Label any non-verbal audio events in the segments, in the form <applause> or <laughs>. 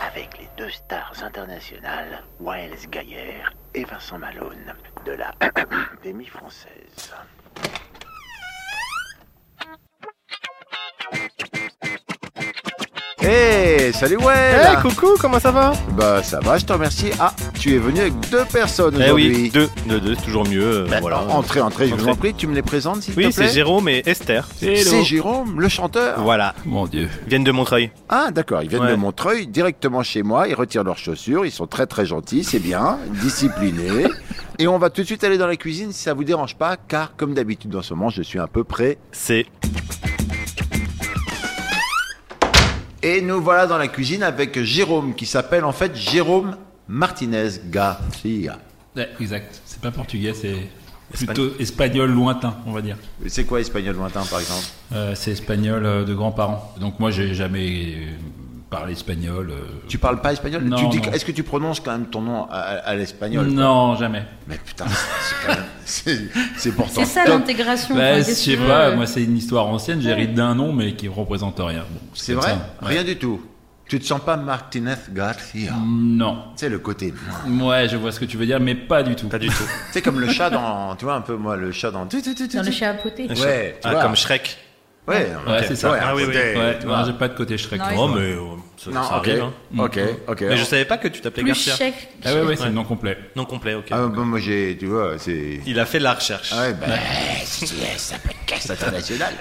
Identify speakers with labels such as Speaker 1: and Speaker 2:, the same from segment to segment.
Speaker 1: Avec les deux stars internationales, Waels Gaillère et Vincent Malone, de la <coughs> Académie française.
Speaker 2: Hey, Eh, salut ouais
Speaker 3: Hey, coucou, comment ça va
Speaker 2: Bah ça va, je te remercie. Ah, tu es venu avec deux personnes
Speaker 3: Eh
Speaker 2: aujourd'hui.
Speaker 3: oui, deux, deux, deux, c'est toujours mieux. euh,
Speaker 2: Bah,
Speaker 3: voilà.
Speaker 2: Entrez, entrez, je vous
Speaker 3: Entrez.
Speaker 2: en prie, tu me les présentes s'il
Speaker 3: Oui,
Speaker 2: te plaît
Speaker 3: c'est Jérôme et Esther.
Speaker 2: C'est Jérôme, le chanteur.
Speaker 3: Voilà,
Speaker 4: Mon Dieu.
Speaker 3: ils viennent de Montreuil.
Speaker 2: Ah d'accord, ils viennent
Speaker 3: Ouais.
Speaker 2: de Montreuil directement chez moi, ils retirent leurs chaussures, ils sont très très gentils, c'est bien,
Speaker 3: <laughs>
Speaker 2: disciplinés. Et on va tout de suite aller dans la cuisine si ça vous dérange pas, car comme d'habitude dans ce moment, je suis un peu près.
Speaker 3: C'est
Speaker 2: Et nous voilà dans la cuisine avec Jérôme, qui s'appelle en fait Jérôme Martinez Garcia.
Speaker 4: Ouais, exact. C'est pas portugais, c'est
Speaker 3: Espagnol.
Speaker 4: plutôt espagnol lointain, on va dire.
Speaker 2: C'est quoi espagnol lointain par exemple
Speaker 4: Euh, c'est espagnol euh, de grands-parents. Donc moi, j'ai jamais euh, parlé espagnol. euh.
Speaker 2: Tu parles pas espagnol
Speaker 4: Non,
Speaker 2: Tu dis-
Speaker 4: non.
Speaker 2: Est-ce que tu prononces quand même ton nom à, à- à l'espagnol
Speaker 4: Non, jamais.
Speaker 2: Mais putain, c'est quand même. <laughs> C'est c'est pourtant.
Speaker 5: C'est ça
Speaker 2: top.
Speaker 5: l'intégration.
Speaker 4: Bah,
Speaker 5: enfin,
Speaker 4: je
Speaker 5: qu'est-ce
Speaker 4: sais
Speaker 5: que-
Speaker 4: pas, moi, c'est une histoire ancienne. J'hérite d'un nom, mais qui représente rien. Bon,
Speaker 2: C'est
Speaker 4: comme
Speaker 2: vrai
Speaker 4: ça. Ouais.
Speaker 2: Rien du tout. Tu te sens pas Martinez Garcia
Speaker 5: Mm.
Speaker 4: Non.
Speaker 2: C'est le côté.
Speaker 4: Ouais, je vois ce que tu veux dire, mais pas du tout.
Speaker 3: pas du tout.
Speaker 2: C'est comme le chat dans. Tu vois un peu, moi, le chat dans. Tu- tu- tu- tu-
Speaker 5: Dans le chat à poté.
Speaker 2: <laughs> Ouais, tu
Speaker 3: Ah,
Speaker 2: vois.
Speaker 3: comme Shrek.
Speaker 2: Ouais,
Speaker 4: Ouais,
Speaker 2: ok.
Speaker 4: c'est ça.
Speaker 2: Ouais,
Speaker 3: Ah oui, oui.
Speaker 2: côté,
Speaker 4: Ouais,
Speaker 2: tu
Speaker 4: non,
Speaker 2: vois.
Speaker 4: j'ai pas de côté Shrek.
Speaker 5: Non,
Speaker 4: tu
Speaker 5: ils
Speaker 3: Oh,
Speaker 4: vois.
Speaker 3: mais euh, ça,
Speaker 2: Non,
Speaker 3: ça
Speaker 2: ok. Mm.
Speaker 3: arrive. hein.
Speaker 2: Ok, ok.
Speaker 3: Mais je savais pas que tu t'appelais
Speaker 5: Plus
Speaker 3: Garcia.
Speaker 5: chèque.
Speaker 4: Ah ouais, ouais, c'est le nom complet.
Speaker 3: Non complet, ok.
Speaker 2: Ah, bah, moi, j'ai. Tu vois, c'est.
Speaker 3: Il a fait de la recherche.
Speaker 2: Ah ouais, bah, c'est un podcast international.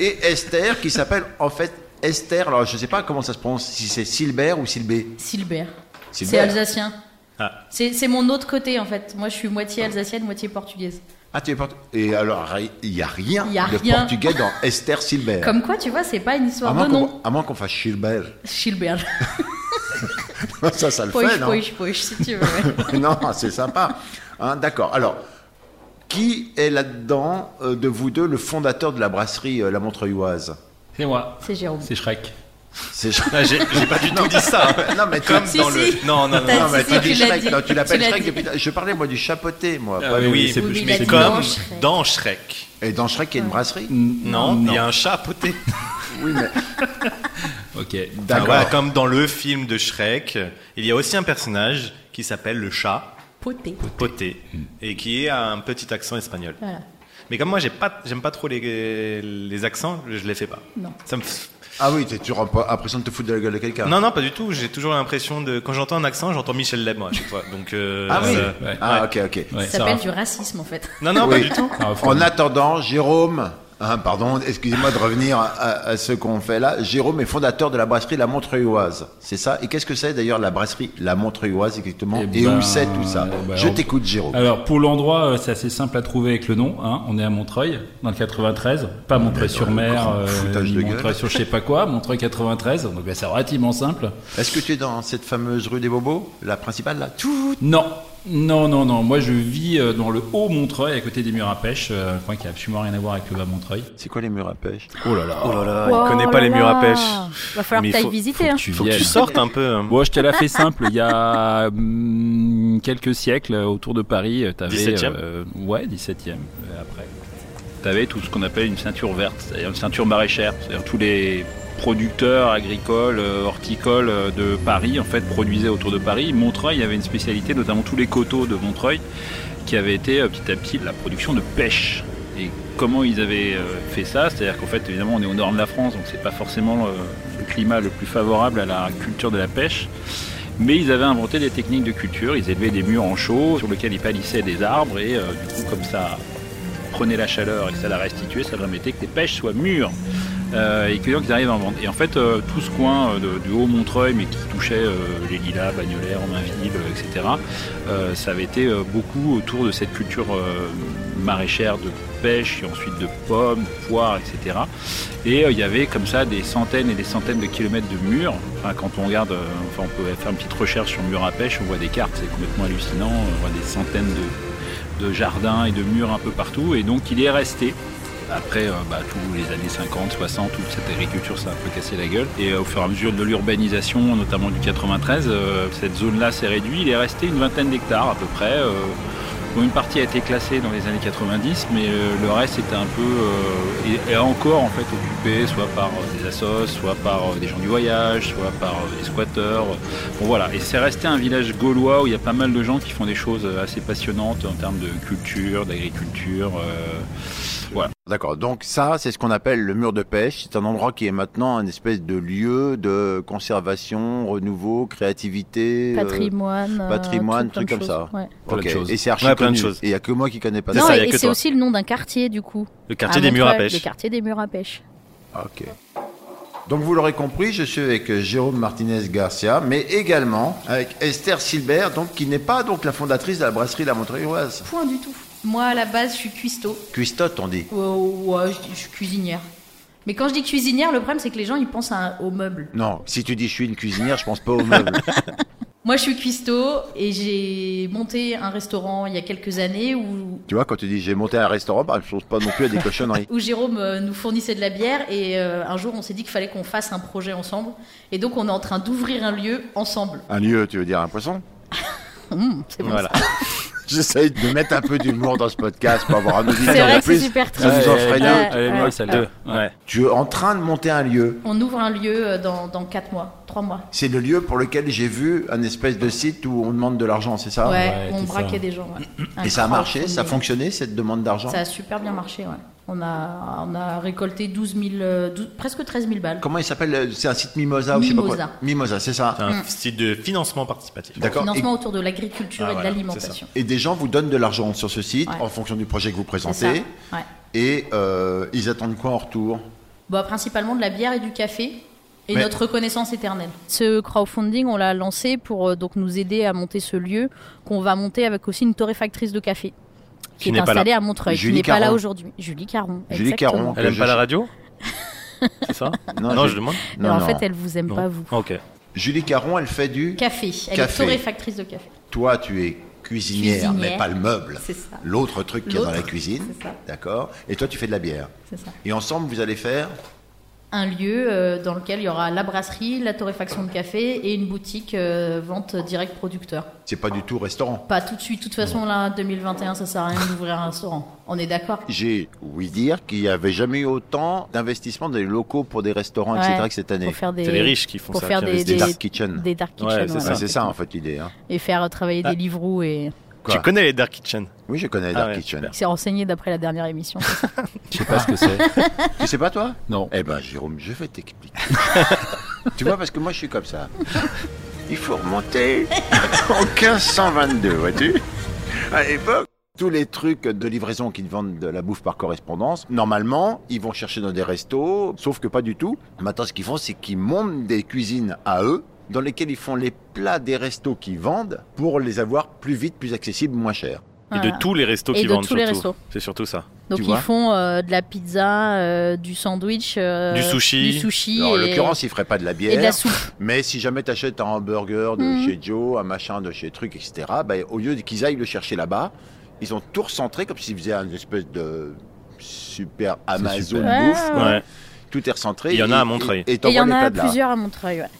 Speaker 2: Et Esther, qui s'appelle en fait Esther, alors je sais pas comment ça se prononce, si c'est Silbert ou Silbé.
Speaker 5: Silbert. C'est
Speaker 2: Silbert.
Speaker 5: alsacien.
Speaker 3: Ah.
Speaker 5: C'est c'est mon autre côté en fait. Moi je suis moitié alsacienne, moitié portugaise.
Speaker 2: Ah, tu es portu- Et alors, il n'y a rien
Speaker 5: Y a
Speaker 2: de
Speaker 5: rien.
Speaker 2: portugais dans Esther Silbert.
Speaker 5: Comme quoi, tu vois, c'est pas une
Speaker 2: à
Speaker 5: histoire
Speaker 2: moins
Speaker 5: de nom.
Speaker 2: qu'on, à moins qu'on fasse Silbert.
Speaker 5: Silbert.
Speaker 2: <laughs> ça, ça le fait,
Speaker 5: Poche,
Speaker 2: non
Speaker 5: poche, poche, si tu veux.
Speaker 2: <laughs>
Speaker 5: ouais.
Speaker 2: Non, c'est sympa. Hein, d'accord. Alors, qui est là-dedans euh, de vous deux le fondateur de la brasserie euh, La Montreuilloise
Speaker 4: C'est moi.
Speaker 5: C'est Jérôme.
Speaker 4: C'est Shrek.
Speaker 2: C'est
Speaker 3: Ah, J'ai j'ai pas du tout dit ça. hein.
Speaker 2: <laughs> Non, mais tu-
Speaker 3: Comme
Speaker 5: Si,
Speaker 3: dans
Speaker 5: si.
Speaker 3: le. Non, non, non.
Speaker 5: T'as-
Speaker 2: Non, mais
Speaker 5: Si,
Speaker 2: t'as
Speaker 5: si,
Speaker 2: dit
Speaker 5: tu l'as
Speaker 2: Shrek.
Speaker 5: dit.
Speaker 2: Non, tu l'appelles
Speaker 5: Tu l'as
Speaker 2: Shrek
Speaker 5: dit.
Speaker 2: depuis. Je parlais, moi, du chapoté, moi.
Speaker 4: Ah
Speaker 2: pas
Speaker 4: oui,
Speaker 2: du-
Speaker 4: oui,
Speaker 3: Oui,
Speaker 4: c'est
Speaker 5: oui,
Speaker 3: mais
Speaker 5: il a dit
Speaker 3: comme
Speaker 5: dans Shrek.
Speaker 3: dans Shrek.
Speaker 2: Et dans Shrek, il y a une brasserie
Speaker 3: Non, il y a un chat à poter.
Speaker 2: Oui, mais.
Speaker 4: Ok.
Speaker 3: Ah,
Speaker 2: D'accord.
Speaker 3: voilà, comme dans le film de Shrek, il y a aussi un personnage qui s'appelle le chat
Speaker 5: Poté.
Speaker 3: poté et qui a un petit accent espagnol.
Speaker 5: Voilà.
Speaker 3: Mais comme moi, j'ai pas, j'aime pas trop les, les accents, je les fais pas.
Speaker 5: Non.
Speaker 3: Ça me f-
Speaker 2: Ah oui, t'as toujours l'impression de te foutre de la gueule de quelqu'un.
Speaker 3: non, non, pas du tout. J'ai toujours l'impression de. Quand j'entends un accent, j'entends Michel Leb, moi, à chaque fois. Donc, euh,
Speaker 2: Ah oui
Speaker 3: euh,
Speaker 4: ouais.
Speaker 2: Ah, ok, ok.
Speaker 4: Ouais,
Speaker 5: Ça
Speaker 4: ça va.
Speaker 5: s'appelle du racisme en fait.
Speaker 3: Non, non, pas
Speaker 2: Oui.
Speaker 3: du tout.
Speaker 4: Ah, faut-
Speaker 2: En attendant, Jérôme, hein, pardon, excusez-moi de revenir à, à- à ce qu'on fait là. Jérôme est fondateur de la brasserie La Montreuilloise, c'est ça Et qu'est-ce que c'est d'ailleurs la brasserie La Montreuilloise exactement
Speaker 4: Eh
Speaker 2: Et,
Speaker 4: ben,
Speaker 2: où c'est tout ça
Speaker 4: eh ben,
Speaker 2: Je
Speaker 4: on-
Speaker 2: t'écoute, Jérôme.
Speaker 4: Alors pour l'endroit, euh, c'est assez simple à trouver avec le nom. hein. On est à Montreuil, dans le 93, pas Montreuil-sur-Mer,
Speaker 2: grand foutage de gueule.
Speaker 4: Montreuil-sur je sais pas quoi, Montreuil 93. Donc bah, c'est relativement simple.
Speaker 2: Est-ce que tu es dans cette fameuse rue des Bobos, la principale là Tout
Speaker 4: Non, non, non, non. Moi je vis euh, dans le haut Montreuil, à côté des murs à pêche, euh, un coin qui a absolument rien à voir avec le bas Montreuil.
Speaker 2: C'est quoi les murs à pêche
Speaker 4: Oh là là.
Speaker 3: Oh là là, il connaît pas les murs à pêche.
Speaker 5: Va falloir
Speaker 3: Mais
Speaker 5: que t'ailles
Speaker 3: faut-
Speaker 5: visiter. hein.
Speaker 4: Tu
Speaker 3: Faut que
Speaker 4: viennes.
Speaker 3: tu sortes un peu. hein.
Speaker 4: Bon, je te la fais simple. Il y a hum, quelques siècles, euh, autour de Paris, euh, t'avais
Speaker 3: 17e?
Speaker 4: euh, ouais, 17e euh, après. T'avais tout ce qu'on appelle une ceinture verte, c'est-à-dire une ceinture maraîchère, c'est-à-dire tous les producteurs agricoles, euh, horticoles euh, de Paris en fait produisaient autour de Paris. Montreuil avait une spécialité, notamment tous les coteaux de Montreuil, qui avait été euh, petit à petit la production de pêche. Et comment ils avaient euh, fait ça C'est-à-dire qu'en fait, évidemment, on est au nord de la France, donc c'est pas forcément euh, le climat le plus favorable à la culture de la pêche. Mais ils avaient inventé des techniques de culture. Ils élevaient des murs en chaux sur lesquels ils palissaient des arbres et euh, du coup, comme ça prenait la chaleur et que ça la restituait, ça permettait que les pêches soient mûres. Euh, et que donc ils arrivent à en vendre. Et en fait, euh, tout ce coin euh, de- du haut Montreuil, mais qui touchait euh, les Lilas, Bagnolet, Romainville, euh, etc., euh, ça avait été euh, beaucoup autour de cette culture euh, maraîchère de pêche, et ensuite de pommes, poires, etc. Et euh, il y avait comme ça des centaines et des centaines de kilomètres de murs. Enfin, quand on regarde, euh, enfin, on peut faire une petite recherche sur mur à pêche, on voit des cartes, c'est complètement hallucinant. On voit des centaines de, de jardins et de murs un peu partout. Et donc, il est resté. Après, euh, bah, tous les années 50, 60, toute cette agriculture s'est un peu cassée la gueule. Et euh, au fur et à mesure de l'urbanisation, notamment du 93, euh, cette zone-là s'est réduite. Il est resté une vingtaine d'hectares à peu près. euh, dont une partie a été classée dans les années 90, mais euh, le reste était un peu euh, est- est encore en fait occupé, soit par euh, des assos, soit par euh, des gens du voyage, soit par euh, des squatteurs. Bon voilà, et c'est resté un village gaulois où il y a pas mal de gens qui font des choses euh, assez passionnantes en termes de culture, d'agriculture. euh,
Speaker 2: D'accord. Donc ça, c'est ce qu'on appelle le mur de pêche. C'est un endroit qui est maintenant un espèce de lieu de conservation, renouveau, créativité. euh,
Speaker 5: Patrimoine. euh,
Speaker 2: patrimoine,
Speaker 5: tout plein
Speaker 2: truc
Speaker 5: de
Speaker 2: comme
Speaker 5: choses, ouais.
Speaker 3: Plein de
Speaker 2: ok.
Speaker 3: choses.
Speaker 2: Et c'est archi
Speaker 3: Ouais, plein de
Speaker 2: connu.
Speaker 3: choses.
Speaker 2: Et il y a que moi qui connais pas
Speaker 3: C'est
Speaker 5: Non,
Speaker 2: ça.
Speaker 3: ça, y a
Speaker 5: et
Speaker 3: que
Speaker 5: c'est
Speaker 3: toi.
Speaker 5: aussi le nom d'un quartier du coup.
Speaker 3: Le quartier des murs
Speaker 5: Montreuil,
Speaker 3: à pêche.
Speaker 5: Le quartier des murs à pêche.
Speaker 3: Ah,
Speaker 2: Ok. Donc vous l'aurez compris, je suis avec euh, Jérôme Martinez Garcia, mais également avec Esther Silbert, donc qui n'est pas donc la fondatrice de la brasserie La Montreuilloise.
Speaker 5: Point du tout. Moi, à la base, je suis cuistot.
Speaker 2: Cuistotte, on dit.
Speaker 5: Ouais, ouais, euh, je, dis- je suis cuisinière. Mais quand je dis cuisinière, le problème, c'est que les gens, ils pensent à, aux meubles.
Speaker 2: Non, si tu dis je suis une cuisinière, je pense pas
Speaker 3: <laughs>
Speaker 2: aux meubles.
Speaker 5: Moi, je suis cuistot et j'ai monté un restaurant il y a quelques années où,
Speaker 2: tu vois, quand tu dis j'ai monté un restaurant, bah, je pense pas non plus à des cochonneries.
Speaker 5: où Jérôme euh, nous fournissait de la bière et euh, un jour, on s'est dit qu'il fallait qu'on fasse un projet ensemble. Et donc, on est en train d'ouvrir un lieu ensemble.
Speaker 2: Un lieu, tu veux dire un poisson
Speaker 5: Hum, c'est bon.
Speaker 4: Voilà.
Speaker 2: J'essaye de mettre un peu d'humour dans ce podcast pour avoir un auditeur
Speaker 5: C'est vrai
Speaker 2: de
Speaker 5: que c'est
Speaker 2: plus.
Speaker 5: super
Speaker 2: Ça
Speaker 5: triste.
Speaker 2: nous en ferait
Speaker 5: Ouais,
Speaker 2: deux.
Speaker 5: ouais.
Speaker 4: celle-là.
Speaker 3: Ouais.
Speaker 2: Tu es en train de monter un lieu.
Speaker 5: On ouvre un lieu euh, dans, dans 4 mois, 3 mois.
Speaker 2: C'est le lieu pour lequel j'ai vu un espèce de site où on demande de l'argent, c'est ça
Speaker 5: ouais,
Speaker 6: ouais,
Speaker 5: on
Speaker 6: c'est
Speaker 5: braquait
Speaker 6: ça.
Speaker 5: des gens. ouais. Un
Speaker 2: Et ça a marché, ça a
Speaker 5: crowdfunding.
Speaker 2: fonctionné cette demande d'argent
Speaker 5: Ça a super bien marché, ouais. On a, on a récolté 12 000, euh, 12 presque 13 000 balles.
Speaker 2: Comment il s'appelle euh, C'est un site Mimosa, ou je sais pas quoi.
Speaker 5: Mimosa.
Speaker 2: Mimosa, c'est ça.
Speaker 3: C'est un
Speaker 5: Ah.
Speaker 3: site de financement participatif.
Speaker 2: D'accord.
Speaker 5: Financement autour de l'agriculture
Speaker 3: Ah,
Speaker 5: et de
Speaker 3: voilà,
Speaker 5: l'alimentation.
Speaker 2: Et des gens vous donnent de l'argent sur ce site
Speaker 5: Ouais.
Speaker 2: en fonction du projet que vous
Speaker 5: C'est ça.
Speaker 2: présentez.
Speaker 5: Ouais.
Speaker 2: Et euh, ils attendent quoi en retour
Speaker 5: Bah, principalement de la bière et du café. Et
Speaker 2: Mais-
Speaker 5: notre reconnaissance éternelle. Ce crowdfunding, on l'a lancé pour euh, donc nous aider à monter ce lieu qu'on va monter avec aussi une torréfactrice de café qui,
Speaker 3: Qui
Speaker 5: est
Speaker 3: n'est pas
Speaker 5: installée à Montreuil,
Speaker 2: Julie
Speaker 5: qui n'est pas là
Speaker 2: Caron.
Speaker 5: aujourd'hui. Julie Caron.
Speaker 2: Julie
Speaker 5: exactement.
Speaker 2: Caron.
Speaker 3: Elle
Speaker 2: Que
Speaker 3: aime
Speaker 2: je-
Speaker 3: pas la <laughs> radio C'est ça
Speaker 2: Non,
Speaker 3: Non,
Speaker 2: je-
Speaker 3: je demande.
Speaker 5: Alors,
Speaker 2: Non,
Speaker 5: en
Speaker 2: non.
Speaker 5: fait, elle vous aime
Speaker 3: Non.
Speaker 5: pas vous.
Speaker 3: Ok.
Speaker 2: Julie Caron, elle fait du.
Speaker 5: Café. Elle
Speaker 2: Café.
Speaker 5: est torréfactrice de café.
Speaker 2: Toi, tu es cuisinière,
Speaker 5: Cuisinière.
Speaker 2: mais pas le meuble.
Speaker 5: C'est ça.
Speaker 2: L'autre truc qui est dans la
Speaker 5: L'autre,
Speaker 2: cuisine.
Speaker 5: c'est ça.
Speaker 2: D'accord. Et toi, tu fais de la bière.
Speaker 5: C'est ça.
Speaker 2: Et ensemble, vous allez faire.
Speaker 5: un lieu euh, dans lequel il y aura la brasserie, la torréfaction de café et une boutique euh, vente direct producteur.
Speaker 2: C'est pas du tout restaurant.
Speaker 5: Pas tout de suite, de toute façon là 2021 ça sert à rien d'ouvrir un restaurant. On est d'accord
Speaker 2: J'ai oui dire qu'il n'y avait jamais eu autant d'investissement dans les locaux pour des restaurants,
Speaker 5: Ouais,
Speaker 2: etc. que cette année.
Speaker 5: Pour faire des
Speaker 3: C'est les riches qui font
Speaker 5: pour
Speaker 3: ça,
Speaker 5: faire
Speaker 3: qui
Speaker 5: des,
Speaker 3: investissent.
Speaker 5: des-
Speaker 2: Dark kitchen.
Speaker 5: des dark kitchen,
Speaker 3: Ouais, c'est
Speaker 5: ouais.
Speaker 2: Ah, c'est ça en fait l'idée. hein.
Speaker 5: Et faire euh, travailler
Speaker 3: Ah.
Speaker 5: des livrous et
Speaker 2: Quoi
Speaker 3: Tu connais les Dark Kitchen
Speaker 2: Oui, je connais les
Speaker 3: Ah
Speaker 2: Dark
Speaker 3: ouais,
Speaker 2: Kitchen.
Speaker 3: super.
Speaker 5: qui s'est renseigné d'après la dernière émission.
Speaker 4: Je sais pas ce que c'est.
Speaker 2: Tu sais pas toi
Speaker 4: Non.
Speaker 2: Eh ben Jérôme, je vais t'expliquer. tu vois, parce que moi je suis comme ça. Il faut remonter en 1522, vois-tu À l'époque, tous les trucs de livraison qui te vendent de la bouffe par correspondance, normalement, ils vont chercher dans des restos, sauf que pas du tout. Maintenant, ce qu'ils font, c'est qu'ils montent des cuisines à eux, dans lesquelles ils font les plats des restos qu'ils vendent pour les avoir plus vite, plus accessibles, moins chers.
Speaker 3: Et
Speaker 5: Voilà.
Speaker 3: de tous les restos
Speaker 5: Et
Speaker 3: qui
Speaker 5: de
Speaker 3: vendent
Speaker 5: tous les
Speaker 3: surtout.
Speaker 5: restos.
Speaker 3: C'est surtout ça.
Speaker 5: Donc
Speaker 2: tu
Speaker 5: ils
Speaker 2: vois.
Speaker 5: font euh, de la pizza, euh, du sandwich, euh,
Speaker 3: Du sushi.
Speaker 5: du sushi
Speaker 2: Alors, en
Speaker 5: et,
Speaker 2: l'occurrence, ils feraient pas de la bière.
Speaker 5: et de la soupe.
Speaker 2: Mais si jamais t'achètes un hamburger de
Speaker 5: Mhm.
Speaker 2: chez Joe, un machin de chez truc, etc., ben, au lieu qu'ils aillent le chercher là-bas, ils ont tout recentré comme s'ils faisaient un espèce de super Amazon
Speaker 4: super.
Speaker 5: Ouais,
Speaker 2: bouffe.
Speaker 5: ouais.
Speaker 3: Ouais.
Speaker 2: Tout est recentré.
Speaker 3: Il y en a
Speaker 2: et-
Speaker 3: à Montreuil.
Speaker 2: Et, et
Speaker 5: Et il y
Speaker 2: t'envoies
Speaker 5: en
Speaker 2: les
Speaker 5: a
Speaker 2: plats de là.
Speaker 5: plusieurs à Montreuil. ouais.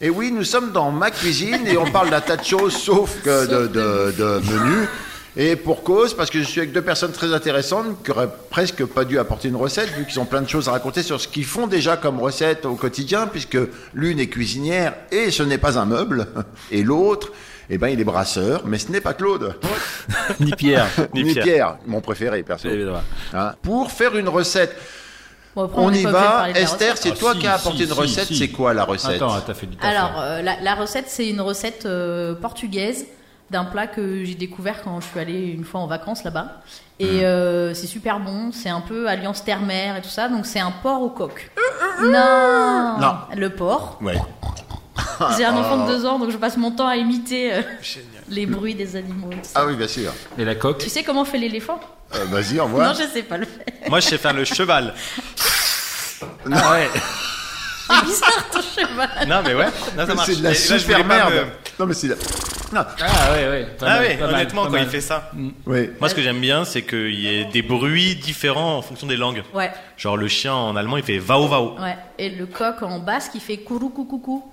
Speaker 2: Et oui, nous sommes dans ma cuisine et on parle d'un tas de choses sauf que de,
Speaker 5: Sauf de
Speaker 2: de, de menu. Et pour cause, parce que je suis avec deux personnes très intéressantes qui auraient presque pas dû apporter une recette, vu qu'ils ont plein de choses à raconter sur ce qu'ils font déjà comme recette au quotidien, puisque l'une est cuisinière et ce n'est pas un meuble, et l'autre, eh ben, il est brasseur, mais ce n'est
Speaker 7: <laughs>
Speaker 2: pas Claude.
Speaker 4: Ni Pierre.
Speaker 2: Ni,
Speaker 3: Ni
Speaker 2: Pierre.
Speaker 3: Pierre.
Speaker 2: mon préféré, perso.
Speaker 4: Évidemment.
Speaker 2: Hein. Pour faire une recette,
Speaker 5: Bon, après,
Speaker 2: on,
Speaker 5: n'est
Speaker 2: y
Speaker 5: pas obligé de
Speaker 2: va.
Speaker 5: parler de la
Speaker 2: Esther,
Speaker 5: recette.
Speaker 2: c'est
Speaker 7: Ah,
Speaker 2: toi
Speaker 7: si,
Speaker 2: qui as
Speaker 7: si,
Speaker 2: apporté une
Speaker 7: si,
Speaker 2: recette.
Speaker 7: si.
Speaker 2: C'est quoi la recette
Speaker 7: Attends, t'as fait du taf.
Speaker 5: Alors,
Speaker 7: là.
Speaker 5: euh, la, la recette, c'est une recette euh, portugaise d'un plat que j'ai découvert quand je suis allée une fois en vacances là-bas. Et
Speaker 2: Mm.
Speaker 5: euh, c'est super bon, c'est un peu alliance terre-mer et tout ça, donc c'est un porc au coq. Non,
Speaker 2: Non.
Speaker 5: Le porc.
Speaker 2: Ouais.
Speaker 5: J'ai
Speaker 2: <laughs>
Speaker 5: un enfant de deux ans, donc je passe mon temps à imiter euh, les bruits des animaux. et tout ça.
Speaker 2: Ah oui, bien sûr.
Speaker 7: Et la
Speaker 2: Ah.
Speaker 7: coque
Speaker 5: Tu sais comment fait l'éléphant
Speaker 2: Euh, Vas-y, au revoir.
Speaker 5: Non, je sais pas le faire.
Speaker 3: Moi, je sais faire le cheval.
Speaker 2: <laughs>
Speaker 5: C'est bizarre ton cheval.
Speaker 3: Non, mais ouais, non, ça marche.
Speaker 2: C'est de la
Speaker 3: Et là, je
Speaker 2: super
Speaker 3: voulais pas
Speaker 2: merde.
Speaker 3: me-
Speaker 2: Non, mais c'est la- Non,
Speaker 7: Ah ouais, ouais. pas
Speaker 3: Ah
Speaker 7: mal,
Speaker 3: oui,
Speaker 7: pas mal,
Speaker 3: honnêtement,
Speaker 7: pas
Speaker 3: quand il
Speaker 7: mal.
Speaker 3: fait ça.
Speaker 2: oui.
Speaker 3: Moi, ce que j'aime bien, c'est qu'il y ait des bruits différents en fonction des langues.
Speaker 5: Ouais,
Speaker 3: Genre, le chien en allemand, il fait vao vao.
Speaker 5: ouais. Et le coq en basque, il fait kourou coucou coucou.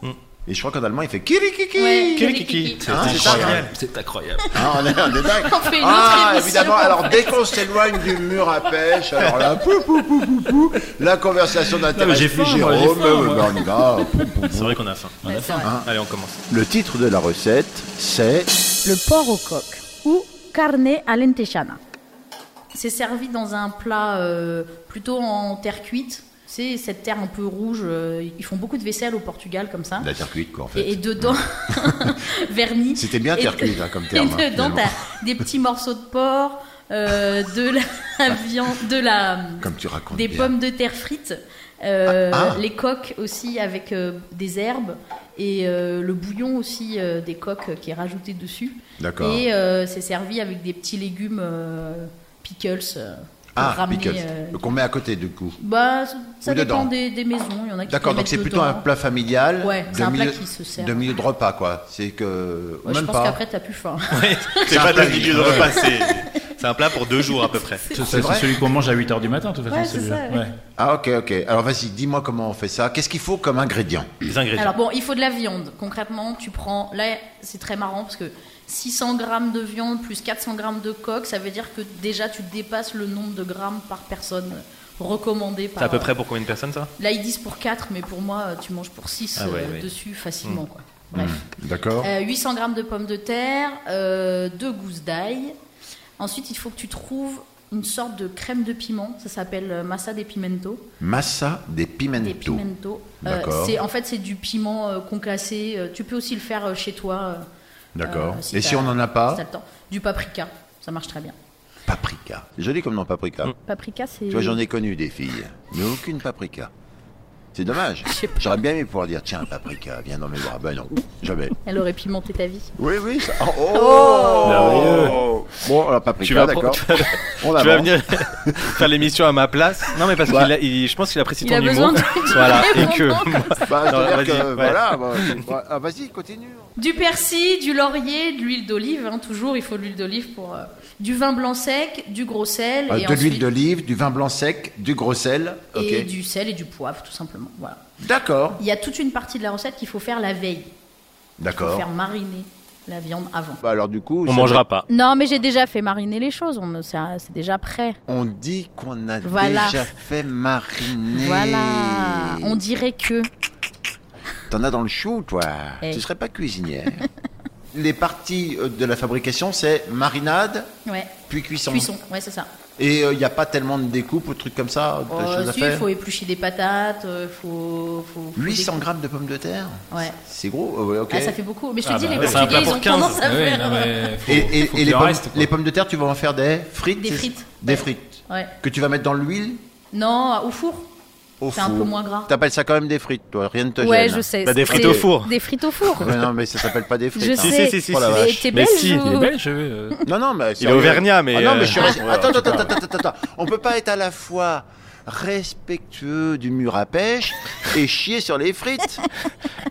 Speaker 2: Et je crois qu'en allemand, il fait kiri Mm. kiki.
Speaker 5: Ouais,
Speaker 3: Kirikiki.
Speaker 5: kirikiki.
Speaker 2: Hein, c'est ça, hein
Speaker 3: incroyable.
Speaker 7: C'est incroyable.
Speaker 2: Ah, on est, on est dingue.
Speaker 5: On fait une autre
Speaker 2: ah,
Speaker 5: émission
Speaker 2: évidemment.
Speaker 5: complète.
Speaker 2: Alors, dès qu'on s'éloigne du mur à pêche, alors là, pou, pou, pou, pou, pou, la conversation
Speaker 7: Non,
Speaker 2: d'intérêt. euh,
Speaker 7: mais j'ai faim, moi, j'ai faim, moi.
Speaker 2: on y va. Pou, pou, pou.
Speaker 3: C'est vrai qu'on a faim.
Speaker 5: Ouais, c'est vrai.
Speaker 2: Ah.
Speaker 3: Allez, on commence.
Speaker 2: Le titre de la recette, c'est.
Speaker 5: Le porc au coq ou carne alentejana. C'est servi dans un plat euh, plutôt en terre cuite. C'est cette terre un peu rouge. euh, ils font beaucoup de vaisselle au Portugal comme ça.
Speaker 2: La terre cuite, quoi, en fait.
Speaker 5: Et, et dedans, <laughs> vernis.
Speaker 2: C'était bien
Speaker 5: Et-
Speaker 2: terre cuite, hein, comme terme, hein,
Speaker 5: Et dedans,
Speaker 2: finalement.
Speaker 5: t'as des petits morceaux de porc, euh, de la <laughs> viande, de la,
Speaker 2: Comme tu racontes.
Speaker 5: des
Speaker 2: bien.
Speaker 5: pommes de terre frites, euh,
Speaker 2: Ah, ah.
Speaker 5: les coques aussi avec euh, des herbes et euh, le bouillon aussi euh, des coques euh, qui est rajouté dessus.
Speaker 2: D'accord.
Speaker 5: Et euh, c'est servi avec des petits légumes euh, pickles. euh, pour
Speaker 2: Ah,
Speaker 5: ramener,
Speaker 2: pickles.
Speaker 5: euh,
Speaker 2: Qu'on met à côté, du coup.
Speaker 5: bah, ça- ça
Speaker 2: Ou dedans.
Speaker 5: dépend des, des maisons. Il y en a qui
Speaker 2: D'accord,
Speaker 5: les
Speaker 2: donc
Speaker 5: mettent
Speaker 2: c'est plutôt un
Speaker 5: dedans.
Speaker 2: plat familial.
Speaker 5: Ouais,
Speaker 2: de
Speaker 5: c'est un plat
Speaker 2: milieu-
Speaker 5: qui se sert.
Speaker 2: De milieu de repas, quoi. C'est que.
Speaker 5: Ouais, je
Speaker 2: Même
Speaker 5: pense
Speaker 2: pas.
Speaker 5: qu'après, t'as plus faim.
Speaker 3: <laughs> C'est
Speaker 2: un
Speaker 3: pas
Speaker 2: plat
Speaker 3: ta milieu de
Speaker 2: vite.
Speaker 3: repas, c'est c'est un plat pour deux jours à peu près.
Speaker 7: C'est
Speaker 2: c'est vrai
Speaker 7: celui qu'on mange à 8h du matin, de toute façon.
Speaker 5: Ouais, c'est
Speaker 7: celui-là.
Speaker 5: ça, ouais.
Speaker 7: Ouais.
Speaker 2: Ah, ok, ok. Alors, vas-y, dis-moi comment on fait ça. Qu'est-ce qu'il faut comme ingrédient
Speaker 3: Les ingrédients.
Speaker 5: Alors bon, il faut de la viande. Concrètement, tu prends. Là, c'est très marrant parce que 600 grammes de viande plus 400 grammes de coque, ça veut dire que déjà tu dépasses le nombre de grammes par personne recommandé par.
Speaker 3: C'est à peu près pour combien de personnes ça
Speaker 5: Là, ils disent pour 4, mais pour moi, tu manges pour 6
Speaker 3: Ah ouais, ouais. Hmm.
Speaker 5: dessus facilement. Quoi. Bref.
Speaker 2: D'accord.
Speaker 5: Euh, 800 grammes de pommes de terre, 2 gousses d'ail. Ensuite, il faut que tu trouves une sorte de crème de piment. Ça s'appelle euh, massa de pimento.
Speaker 2: Massa des pimentos.
Speaker 5: Des pimento. Euh,
Speaker 2: D'accord.
Speaker 5: c'est- en fait, c'est du piment euh, concassé. Euh, Tu peux aussi le faire euh, chez toi. euh,
Speaker 2: D'accord.
Speaker 5: euh,
Speaker 2: Et si
Speaker 5: t'as-
Speaker 2: on n'en a pas
Speaker 5: si t'as le temps. Du paprika, ça marche très bien.
Speaker 2: Paprika. Joli comme nom, paprika.
Speaker 3: Mm.
Speaker 5: Paprika, c'est.
Speaker 2: Tu vois, j'en ai connu des filles, mais aucune paprika. C'est
Speaker 5: <laughs>
Speaker 2: dommage.
Speaker 5: sais pas.
Speaker 2: J'aurais bien aimé pouvoir dire tiens, paprika, viens dans mes bras. Ben non, jamais.
Speaker 5: Elle aurait pimenté ta vie.
Speaker 2: Oui, oui. ça- Oh, oh
Speaker 7: Merveilleux.
Speaker 2: Bon, alors
Speaker 3: <laughs>
Speaker 2: paprika,
Speaker 3: Tu vas
Speaker 2: d'accord.
Speaker 3: prendre-
Speaker 2: On
Speaker 3: Tu vas
Speaker 2: avance.
Speaker 3: venir faire l'émission à ma place Non, mais parce
Speaker 2: Ouais.
Speaker 3: qu'il a- il- je pense qu'il apprécie
Speaker 5: Il
Speaker 3: ton
Speaker 5: a
Speaker 3: humour.
Speaker 2: <laughs>
Speaker 5: besoin de-
Speaker 3: Voilà, et
Speaker 5: vraiment
Speaker 3: que.
Speaker 5: comme ça.
Speaker 3: Non,
Speaker 2: Bah, c'est-à-dire
Speaker 3: vas-y,
Speaker 2: que,
Speaker 3: ouais.
Speaker 2: voilà,
Speaker 3: <laughs>
Speaker 2: bah, c'est- ouais, ah, vas-y, continue.
Speaker 5: Du persil, du laurier, de l'huile d'olive. hein, toujours, il faut de l'huile d'olive pour. euh, du vin blanc sec, du gros sel.
Speaker 2: Euh,
Speaker 5: et
Speaker 2: de l'huile
Speaker 5: ensuite-
Speaker 2: d'olive, du vin blanc sec, du gros sel. Ok.
Speaker 5: Et du sel et du poivre, tout simplement. Voilà.
Speaker 2: D'accord.
Speaker 5: Il y a toute une partie de la recette qu'il faut faire la veille. Il faut
Speaker 2: D'accord.
Speaker 5: faire mariner la viande avant.
Speaker 2: Bah, alors du coup,
Speaker 3: On
Speaker 2: ça-
Speaker 3: mangera pas.
Speaker 5: Non, mais j'ai déjà fait mariner les choses. On, ça- c'est déjà prêt.
Speaker 2: On dit qu'on a
Speaker 5: Voilà.
Speaker 2: déjà fait mariner.
Speaker 5: Voilà. On dirait que.
Speaker 2: T'en as dans le chou, toi.
Speaker 5: Hey.
Speaker 2: Tu serais pas cuisinière. <laughs> Les parties euh, de la fabrication, c'est marinade,
Speaker 5: Ouais.
Speaker 2: puis cuisson.
Speaker 5: Cuisson. Ouais, c'est ça.
Speaker 2: Et il n'y a pas tellement de découpe ou de trucs comme ça, de
Speaker 5: Euh,
Speaker 2: choses à
Speaker 5: si,
Speaker 2: faire.
Speaker 5: faut éplucher des patates. euh, Faut. faut, faut
Speaker 2: 800
Speaker 5: des-
Speaker 2: grammes de pommes de terre
Speaker 5: Ouais.
Speaker 2: C'est gros, euh, ouais, ok.
Speaker 5: Ah, ça fait beaucoup. Mais je te
Speaker 7: Ah
Speaker 5: dis,
Speaker 7: bah
Speaker 5: les
Speaker 7: ouais, c'est un
Speaker 3: plat
Speaker 5: Portugais, ils
Speaker 3: pour
Speaker 5: ont
Speaker 3: 15.
Speaker 5: tendance à
Speaker 7: Ouais,
Speaker 5: faire. euh,
Speaker 7: non, mais faut-
Speaker 2: Et, et-
Speaker 7: faut
Speaker 2: et
Speaker 7: qu'il
Speaker 2: les,
Speaker 7: en
Speaker 2: pommes,
Speaker 7: reste, quoi.
Speaker 2: les pommes de terre, tu vas en faire des frites
Speaker 5: Des
Speaker 2: c'est-
Speaker 5: frites,
Speaker 2: Des
Speaker 5: ouais.
Speaker 2: frites.
Speaker 5: Ouais.
Speaker 2: Que tu vas mettre dans l'huile
Speaker 5: Non, au four.
Speaker 2: au
Speaker 5: C'est un
Speaker 2: four.
Speaker 5: peu moins gras.
Speaker 2: T'appelles ça quand même des frites, toi. Rien ne te
Speaker 5: Ouais,
Speaker 2: gêne.
Speaker 5: je sais.
Speaker 3: Bah, des
Speaker 5: c'est-
Speaker 3: frites au four.
Speaker 5: Des frites au four.
Speaker 2: Ouais, non, mais ça s'appelle pas des frites.
Speaker 5: Je
Speaker 2: hein.
Speaker 3: Si,
Speaker 5: sais.
Speaker 3: si, si, si,
Speaker 5: Oh la
Speaker 3: si.
Speaker 5: vache. T'es
Speaker 3: Mais
Speaker 5: belge
Speaker 3: si,
Speaker 5: ou-
Speaker 7: Il est belge, oui, euh.
Speaker 2: Non, non, mais. sérieux.
Speaker 3: auvergnat, mais,
Speaker 2: Ah non, mais je suis
Speaker 3: euh,
Speaker 2: resté-
Speaker 7: ouais,
Speaker 2: Attends,
Speaker 7: je sais
Speaker 2: attends,
Speaker 7: pas.
Speaker 2: attends, attends, attends. On peut pas être à la fois respectueux du mur à pêche et chier sur les frites.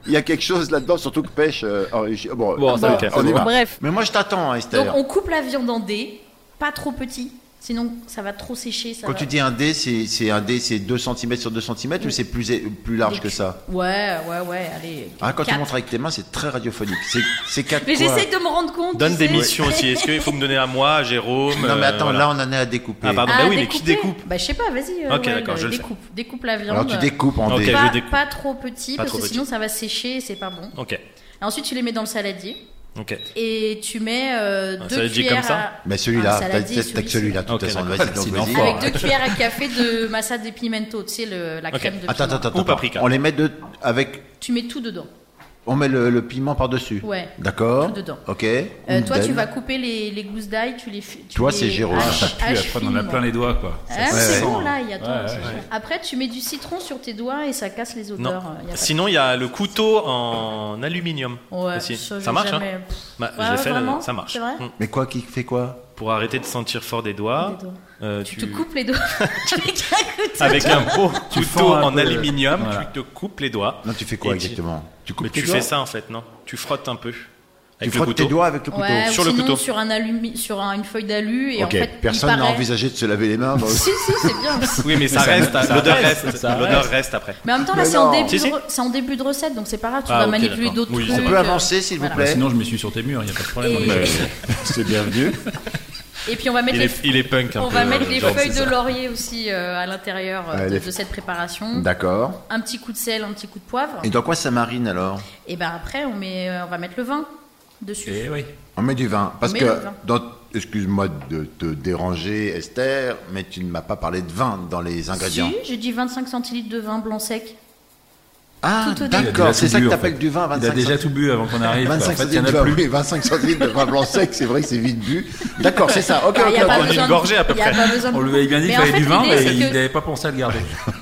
Speaker 2: Il y a quelque chose là-dedans, surtout que pêche. euh, oh, je- bon,
Speaker 7: Bon, ça,
Speaker 2: on
Speaker 7: ok,
Speaker 2: y
Speaker 7: c'est
Speaker 2: va.
Speaker 5: Bref.
Speaker 2: Mais moi, je t'attends, hein, Esther.
Speaker 5: Donc on coupe la viande en dés, pas trop petit, Sinon, ça va trop sécher. Ça
Speaker 2: Quand
Speaker 5: va-
Speaker 2: tu dis un dé, c'est c'est un dé, c'est 2 cm sur 2 cm ou c'est plus, é- plus large que ça
Speaker 5: Ouais, ouais, ouais, allez.
Speaker 2: Ah, Quand tu
Speaker 5: quatre.
Speaker 2: montres avec tes mains, c'est très radiophonique. C'est- C'est 4
Speaker 5: Mais j'essaie de me rendre compte.
Speaker 3: Donne
Speaker 5: tu
Speaker 3: des
Speaker 5: sais.
Speaker 3: missions
Speaker 5: <laughs>
Speaker 3: aussi. Est-ce qu'il faut me donner à moi, à Jérôme
Speaker 2: Non, mais
Speaker 3: euh,
Speaker 2: attends,
Speaker 3: voilà.
Speaker 2: là, on en est à découper.
Speaker 3: Ah, pardon,
Speaker 5: Ah,
Speaker 3: bah oui, mais qui
Speaker 5: découper.
Speaker 3: découpe
Speaker 5: Bah, je sais pas, vas-y. euh,
Speaker 3: Ok,
Speaker 5: ouais,
Speaker 3: d'accord,
Speaker 5: euh,
Speaker 3: je le sais.
Speaker 5: découpe, découpe la viande.
Speaker 2: Alors, tu découpes en
Speaker 3: Ok,
Speaker 2: dés.
Speaker 3: je
Speaker 5: Pas,
Speaker 3: découpe.
Speaker 5: pas trop petit,
Speaker 3: Pas
Speaker 5: parce
Speaker 3: trop
Speaker 5: que
Speaker 3: petit.
Speaker 5: sinon ça va sécher et c'est pas bon.
Speaker 3: Ok,
Speaker 5: Et ensuite, tu les mets dans le saladier
Speaker 3: ok.
Speaker 5: et tu mets euh,
Speaker 3: Un
Speaker 5: deux
Speaker 3: saladier
Speaker 5: cuillères.
Speaker 3: comme ça
Speaker 5: à-
Speaker 2: Mais
Speaker 5: Un
Speaker 2: celui-là, t'as
Speaker 5: saladier,
Speaker 2: t'as que celui-là, de toute
Speaker 3: Ok,
Speaker 2: façon.
Speaker 3: d'accord.
Speaker 2: Vas-y, donc,
Speaker 6: C'est
Speaker 2: vas-y.
Speaker 6: l'enfant.
Speaker 5: Avec deux cuillères à café de massa de pimento, tu sais, le- la
Speaker 3: Ok.
Speaker 5: crème de
Speaker 2: Attends,
Speaker 5: piment.
Speaker 2: attends, attends.
Speaker 3: Ou
Speaker 2: attends.
Speaker 3: paprika.
Speaker 2: On les met de, avec.
Speaker 5: Tu mets tout dedans.
Speaker 2: On met le, le piment par-dessus.
Speaker 5: Ouais.
Speaker 2: D'accord.
Speaker 5: Tout dedans.
Speaker 2: Ok.
Speaker 5: Euh,
Speaker 2: Une
Speaker 5: toi, tu
Speaker 2: dalle.
Speaker 5: vas couper les, les gousses d'ail, tu les fi- tu
Speaker 2: Toi,
Speaker 5: les
Speaker 2: c'est Jérôme.
Speaker 5: haches-
Speaker 7: Ça pue,
Speaker 5: haches
Speaker 7: après, on en a
Speaker 5: finement.
Speaker 7: plein les doigts, quoi.
Speaker 5: Ah,
Speaker 7: Ça
Speaker 5: c'est
Speaker 7: sent.
Speaker 5: bon là, il y a attends,
Speaker 7: Ouais,
Speaker 5: c'est
Speaker 7: ouais,
Speaker 5: bon. Après, tu mets du citron sur tes doigts et ça casse les
Speaker 3: Non.
Speaker 5: odeurs. euh, y a pas de-
Speaker 3: Sinon, il y a le couteau en aluminium
Speaker 5: Ouais,
Speaker 3: aussi. Ça,
Speaker 5: j'ai
Speaker 3: marche,
Speaker 5: jamais-
Speaker 3: hein
Speaker 5: Pff,
Speaker 3: Bah,
Speaker 5: Ouais,
Speaker 3: Je l'ai fait, là,
Speaker 5: vraiment
Speaker 3: ça marche.
Speaker 5: C'est vrai
Speaker 3: Mm.
Speaker 2: Mais quoi, qui fait quoi
Speaker 3: Pour arrêter de sentir fort des doigts,
Speaker 5: Des doigts.
Speaker 3: euh,
Speaker 5: Tu te coupes
Speaker 3: <laughs>
Speaker 5: les doigts Ah, avec un couteau.
Speaker 3: avec un gros couteau
Speaker 7: fends un
Speaker 3: en
Speaker 7: peu,
Speaker 3: aluminium,
Speaker 7: voilà.
Speaker 3: tu te coupes les doigts.
Speaker 2: Non, tu fais quoi
Speaker 3: Et tu-
Speaker 2: exactement Tu coupes
Speaker 3: Mais
Speaker 2: tes
Speaker 3: tu
Speaker 2: doigts
Speaker 3: fais ça en fait, non Tu frottes un peu
Speaker 2: Tu
Speaker 3: avec le
Speaker 2: frottes tes
Speaker 3: couteau.
Speaker 2: doigts avec le couteau.
Speaker 5: Ouais,
Speaker 3: Sur
Speaker 5: ou
Speaker 3: le
Speaker 5: sinon
Speaker 3: couteau.
Speaker 5: sur un alumi- sur un- une feuille d'alu et
Speaker 2: ok.
Speaker 5: en fait il
Speaker 2: Personne n'a
Speaker 5: paraît-
Speaker 2: envisagé de se laver les mains. dans-
Speaker 5: <laughs> Si si, c'est
Speaker 2: <laughs>
Speaker 5: bien. aussi.
Speaker 3: Oui, mais ça
Speaker 7: ça-
Speaker 3: reste,
Speaker 7: ça
Speaker 3: l'odeur
Speaker 7: reste,
Speaker 3: reste,
Speaker 7: ça
Speaker 3: l'odeur
Speaker 7: reste.
Speaker 3: reste après.
Speaker 5: Mais en même temps là,
Speaker 2: Mais
Speaker 5: c'est en
Speaker 2: non.
Speaker 5: début,
Speaker 3: Si, si.
Speaker 5: de re- c'est en début de recette, donc c'est pas grave. Tu
Speaker 3: Ah,
Speaker 5: vas
Speaker 3: ok,
Speaker 5: manipuler
Speaker 3: d'accord.
Speaker 5: d'autres
Speaker 3: Oui,
Speaker 5: trucs. euh,
Speaker 2: On peut avancer, s'il vous
Speaker 5: voilà.
Speaker 7: Bah,
Speaker 2: plaît
Speaker 7: sinon, je me suis sur tes murs, il n'y a pas de problème.
Speaker 5: Et-
Speaker 7: on est d'accord.
Speaker 4: C'est bienvenu.
Speaker 5: Et puis on va mettre
Speaker 3: Il
Speaker 5: les,
Speaker 3: est, il est punk un
Speaker 5: on
Speaker 3: peu,
Speaker 5: va mettre
Speaker 3: euh,
Speaker 5: les
Speaker 3: genre,
Speaker 5: feuilles
Speaker 3: c'est
Speaker 5: de
Speaker 3: ça.
Speaker 5: laurier aussi euh, à l'intérieur euh,
Speaker 2: Ouais,
Speaker 5: de,
Speaker 2: les-
Speaker 5: de cette préparation.
Speaker 2: D'accord.
Speaker 5: Un petit coup de sel, un petit coup de poivre.
Speaker 2: Et dans quoi ça marine alors
Speaker 5: Et ben après, on met, euh, on va mettre le vin dessus.
Speaker 7: Eh oui.
Speaker 2: On met du vin. Parce
Speaker 5: met
Speaker 2: que,
Speaker 5: le vin.
Speaker 2: dans- excuse-moi de te déranger, Esther, mais tu ne m'as pas parlé de vin dans les ingrédients.
Speaker 5: Si, j'ai dit 25 centilitres de vin blanc sec.
Speaker 2: ah,
Speaker 5: tout au début.
Speaker 7: Il a
Speaker 2: d'accord,
Speaker 7: déjà
Speaker 2: c'est
Speaker 7: tout
Speaker 2: ça
Speaker 7: bu,
Speaker 2: que
Speaker 7: en
Speaker 2: t'appelles
Speaker 7: fait.
Speaker 2: du vin,
Speaker 7: Il a
Speaker 2: 25
Speaker 7: déjà tout bu avant qu'on arrive. quoi.
Speaker 2: 25
Speaker 7: en fait, il y en
Speaker 2: centilitres de
Speaker 7: a
Speaker 2: vin,
Speaker 7: plus.
Speaker 2: oui, 25 centilitres de vin blanc sec, c'est vrai que c'est vite bu. D'accord, c'est ça. Ok,
Speaker 5: Bah,
Speaker 2: ok,
Speaker 5: y a
Speaker 2: ok.
Speaker 5: pas
Speaker 3: on a
Speaker 5: besoin
Speaker 3: une
Speaker 5: de-
Speaker 3: gorgée à peu
Speaker 5: y a
Speaker 3: près.
Speaker 5: pas besoin de-
Speaker 7: On lui avait bien dit
Speaker 5: Mais
Speaker 7: qu'il
Speaker 5: en
Speaker 7: fallait
Speaker 5: fait,
Speaker 7: du vin,
Speaker 5: l'idée,
Speaker 7: mais
Speaker 5: c'est
Speaker 7: il
Speaker 5: que-
Speaker 7: n'avait pas pensé à le garder.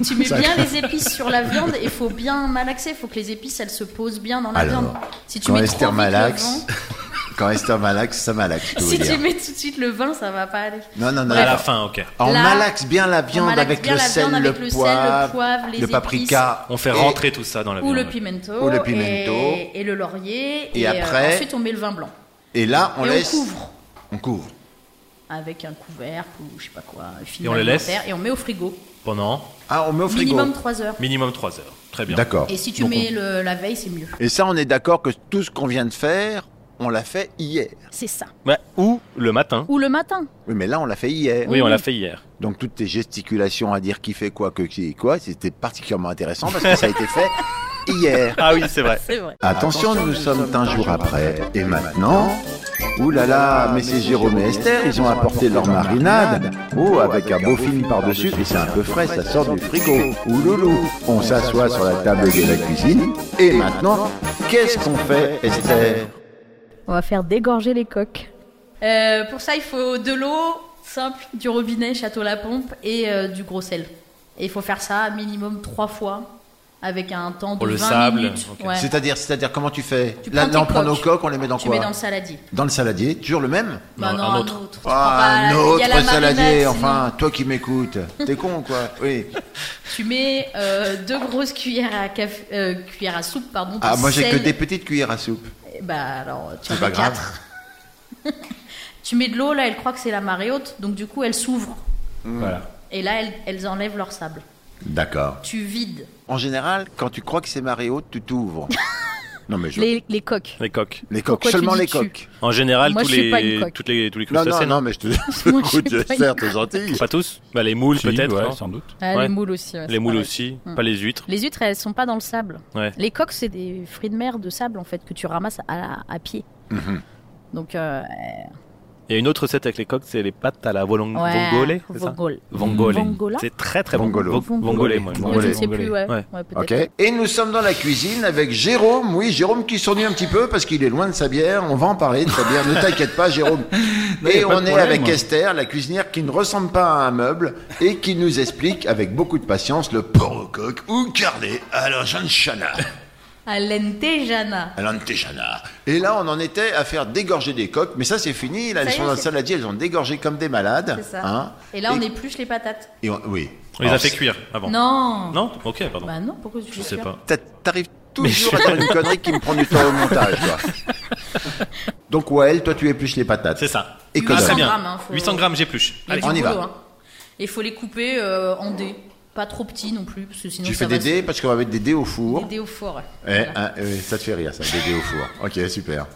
Speaker 5: Tu mets bien les épices sur la viande et faut bien malaxer. Faut que les épices elles se posent bien dans la
Speaker 2: Alors,
Speaker 5: viande. Si tu
Speaker 2: quand
Speaker 5: mets
Speaker 2: Esther
Speaker 5: trop vite le
Speaker 2: malaxe,
Speaker 5: vin-
Speaker 2: <laughs> quand Esther malaxe, ça malaxe, je peux
Speaker 5: si
Speaker 2: vous
Speaker 5: tu
Speaker 2: dire.
Speaker 5: mets tout de suite le vin, ça va pas aller.
Speaker 2: Non, non, non.
Speaker 3: À la
Speaker 2: d'accord.
Speaker 3: fin, ok.
Speaker 2: On
Speaker 5: Là,
Speaker 2: malaxe bien la viande
Speaker 5: malaxe
Speaker 2: avec
Speaker 5: bien
Speaker 2: le
Speaker 5: la
Speaker 2: sel,
Speaker 5: viande
Speaker 2: le,
Speaker 5: avec le sel, le
Speaker 2: poivre,
Speaker 5: poivre, les
Speaker 2: le paprika.
Speaker 3: On fait
Speaker 2: Et-
Speaker 3: rentrer tout ça dans la
Speaker 5: Ou
Speaker 3: viande.
Speaker 5: le pimento,
Speaker 2: Ou le pimento.
Speaker 5: Et, et le laurier.
Speaker 2: Et
Speaker 5: euh,
Speaker 2: après-
Speaker 5: ensuite on met le vin blanc.
Speaker 2: Et, là, on
Speaker 5: et
Speaker 2: laisse.
Speaker 5: on couvre
Speaker 2: On couvre.
Speaker 5: avec un couvercle ou je sais pas quoi. un film
Speaker 3: Et on les laisse
Speaker 5: alimentaire, Et on met au frigo.
Speaker 3: Pendant
Speaker 2: Ah, on met au frigo.
Speaker 5: Minimum 3 heures.
Speaker 3: minimum 3 heures. Très bien.
Speaker 2: D'accord.
Speaker 5: Et si tu
Speaker 2: Donc,
Speaker 5: mets le- la veille, c'est mieux.
Speaker 2: on- Et ça, on est d'accord que tout ce qu'on vient de faire, on l'a fait hier.
Speaker 5: C'est ça.
Speaker 3: Ouais, ou le matin.
Speaker 5: Ou le matin.
Speaker 2: Oui, mais là, on l'a fait hier.
Speaker 3: Oui, on l'a fait hier.
Speaker 2: Donc toutes tes gesticulations à dire qui fait quoi, que qui est quoi, c'était particulièrement intéressant parce que ça a été fait hier.
Speaker 3: Ah oui, c'est vrai.
Speaker 5: C'est vrai.
Speaker 2: <laughs> Attention, nous sommes un jour après. Et maintenant Ouh là là, mais c'est Jérôme et Esther, ils ont apporté leur marinade. Oh, avec un beau film par-dessus, et c'est un peu frais, ça sort du frigo. Ouh loulou, on s'assoit sur la table de la cuisine. Et maintenant, qu'est-ce qu'on fait, Esther
Speaker 5: On va faire dégorger les coques. Euh, pour ça, il faut de l'eau simple, du robinet, château la pompe et euh, du gros sel. Et il faut faire ça minimum trois fois avec un temps de
Speaker 3: Pour le
Speaker 5: 20
Speaker 3: sable,
Speaker 5: minutes.
Speaker 3: ok.
Speaker 5: Ouais.
Speaker 2: C'est-à-dire, c'est-à-dire, comment tu fais
Speaker 5: Tu
Speaker 2: Là,
Speaker 5: prends
Speaker 2: là, on
Speaker 5: tes
Speaker 2: prend nos
Speaker 5: coques.
Speaker 2: coques, on les met dans
Speaker 5: Tu
Speaker 2: quoi
Speaker 5: mets dans le saladier.
Speaker 2: Dans le saladier, toujours le même
Speaker 5: Bah
Speaker 3: Non,
Speaker 5: non,
Speaker 3: un
Speaker 5: un
Speaker 3: autre.
Speaker 5: autre. Tu prends pas
Speaker 2: Ah,
Speaker 5: la-
Speaker 2: un
Speaker 5: il y a
Speaker 2: autre
Speaker 5: la marinade,
Speaker 2: saladier,
Speaker 5: sinon.
Speaker 2: enfin, toi qui <laughs> m'écoutes. T'es con, quoi. Oui.
Speaker 5: Tu mets euh, deux grosses cuillères à, café, euh, cuillères à soupe. Pardon, de
Speaker 2: Ah, moi, j'ai que
Speaker 5: sel.
Speaker 2: des petites cuillères à soupe.
Speaker 5: Eh Bah alors, tu en
Speaker 2: pas
Speaker 5: mets
Speaker 2: grave.
Speaker 5: quatre. <laughs> tu mets de l'eau, là, elle croit que c'est la marée haute. Donc du coup, elle s'ouvre.
Speaker 2: Mmh.
Speaker 7: Voilà.
Speaker 5: Et là, elles, elles enlèvent leur sable.
Speaker 2: D'accord.
Speaker 5: Tu vides
Speaker 2: En général, quand tu crois que c'est marée haute, tu <laughs> t'ouvres. non, mais je...
Speaker 5: les, les coques.
Speaker 3: <laughs> Les coques.
Speaker 2: Les coques,
Speaker 5: Pourquoi tu
Speaker 2: seulement
Speaker 5: dis
Speaker 2: les
Speaker 5: tu
Speaker 2: coques.
Speaker 3: En général,
Speaker 5: Moi,
Speaker 3: tous,
Speaker 5: je suis pas
Speaker 3: les...
Speaker 5: une coque.
Speaker 3: toutes les... tous les
Speaker 2: Non, non,
Speaker 3: crustacés,
Speaker 2: non, mais <laughs> je te
Speaker 5: Moi, je
Speaker 2: <laughs>
Speaker 5: suis
Speaker 2: écoute,
Speaker 5: pas une
Speaker 2: j'espère,
Speaker 5: coque.
Speaker 2: t'es gentil.
Speaker 3: Pas tous bah, Les moules,
Speaker 7: Si,
Speaker 3: peut-être.
Speaker 7: ouais,
Speaker 3: hein.
Speaker 7: sans doute.
Speaker 5: Ah,
Speaker 3: Ouais.
Speaker 5: Les moules aussi. ouais,
Speaker 3: Les
Speaker 5: c'est
Speaker 3: moules
Speaker 5: pareil.
Speaker 3: aussi,
Speaker 5: Mm.
Speaker 3: pas les huîtres.
Speaker 5: Les huîtres, elles sont pas dans le sable.
Speaker 3: Ouais.
Speaker 5: Les coques, c'est des fruits de mer de sable, en fait, que tu ramasses à, la- à pied.
Speaker 2: Mmh.
Speaker 5: Donc, euh,
Speaker 3: Il y a une autre recette avec les coques, c'est les pâtes à la volong...
Speaker 5: ouais.
Speaker 3: vongole, c'est ça
Speaker 5: Vongole.
Speaker 3: Vongole.
Speaker 5: Vongola
Speaker 3: C'est très très bon.
Speaker 2: Vongolo.
Speaker 3: Vong- Vongolais, moi. je
Speaker 5: Ou
Speaker 3: vois.
Speaker 5: Je
Speaker 2: Vongolais.
Speaker 5: ne sais plus, ouais.
Speaker 3: Ouais.
Speaker 5: Ouais, peut-être.
Speaker 2: Ok. Et nous sommes dans la cuisine avec Jérôme. Oui, Jérôme qui s'ennuie un petit peu parce qu'il est loin de sa bière. On va en parler de sa bière. Ne t'inquiète pas,
Speaker 5: <laughs>
Speaker 2: Jérôme.
Speaker 7: y
Speaker 2: et
Speaker 7: a
Speaker 2: on
Speaker 7: pas de
Speaker 2: est
Speaker 7: problème,
Speaker 2: avec
Speaker 7: moi.
Speaker 2: Esther, la cuisinière qui ne ressemble pas à un meuble et qui nous explique avec beaucoup de patience le porc au coq ou carnet à la janchana,
Speaker 5: Alentejana.
Speaker 2: à l'antejana. Et là, on en était à faire dégorger des coques. Mais ça, c'est fini. Là,
Speaker 5: Ça
Speaker 2: elles
Speaker 5: y est,
Speaker 2: sont dans le
Speaker 5: c'est-
Speaker 2: saladier. Elles ont dégorgé comme des malades.
Speaker 5: C'est ça.
Speaker 2: hein.
Speaker 5: Et là, on épluche les patates.
Speaker 2: et on- Oui.
Speaker 3: On les a
Speaker 2: Alors,
Speaker 3: fait cuire avant.
Speaker 5: Non.
Speaker 3: Oh. Non Ok, pardon.
Speaker 5: Bah non, pourquoi tu
Speaker 3: je sais pas.
Speaker 4: <laughs>
Speaker 2: T'a- T'arrives toujours à faire une connerie qui me prend du temps au montage, toi. Donc, Wael, toi, tu épluches les patates.
Speaker 3: C'est ça.
Speaker 2: Et que
Speaker 3: Ah,
Speaker 2: dalle.
Speaker 3: très
Speaker 5: 800
Speaker 3: bien.
Speaker 5: grammes, hein, faut-
Speaker 3: 800 grammes, j'épluche.
Speaker 5: Il y a
Speaker 3: Allez.
Speaker 5: du
Speaker 2: on y
Speaker 5: boulot,
Speaker 2: va.
Speaker 5: hein. Et il faut les couper euh, en dés. Pas trop petits non plus, parce que sinon
Speaker 2: Tu
Speaker 5: ça
Speaker 2: fais
Speaker 5: va
Speaker 2: des
Speaker 5: se-
Speaker 2: dés parce qu'on va mettre des dés au
Speaker 5: Des
Speaker 2: four.
Speaker 5: dés au fort. ouais.
Speaker 2: Eh,
Speaker 5: Voilà.
Speaker 2: hein, eh, ça te fait rire, ça, des dés au four. Ok, super.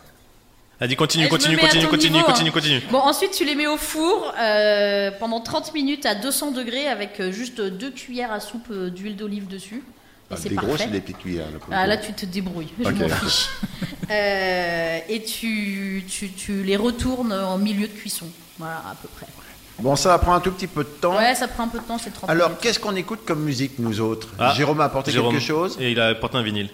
Speaker 3: Allez,
Speaker 5: Eh,
Speaker 3: continue,
Speaker 5: je me
Speaker 3: continue,
Speaker 5: mets à
Speaker 3: continue,
Speaker 5: ton
Speaker 3: continue,
Speaker 5: niveau, hein.
Speaker 3: continue, continue.
Speaker 5: Bon, ensuite, tu les mets au four euh, pendant 30 minutes à 200 degrés avec euh, juste deux cuillères à soupe euh, d'huile d'olive dessus. Et
Speaker 2: Ah,
Speaker 5: c'est
Speaker 2: des gros,
Speaker 5: parfait.
Speaker 2: c'est des petites cuillères. là, pour le
Speaker 5: Ah,
Speaker 2: coup.
Speaker 5: là, tu te débrouilles, je
Speaker 2: Ok. <laughs>
Speaker 5: m'en fiche. Euh, et tu, tu, tu les retournes en milieu de cuisson. Voilà, à peu près.
Speaker 2: Bon, ça prend un tout petit peu de temps.
Speaker 5: Ouais, ça prend un peu de temps, c'est 30
Speaker 2: Alors,
Speaker 5: minutes.
Speaker 2: qu'est-ce qu'on écoute comme musique, nous autres
Speaker 3: Ah,
Speaker 2: Jérôme a apporté
Speaker 3: Jérôme.
Speaker 2: quelque chose
Speaker 3: Et il a apporté un vinyle.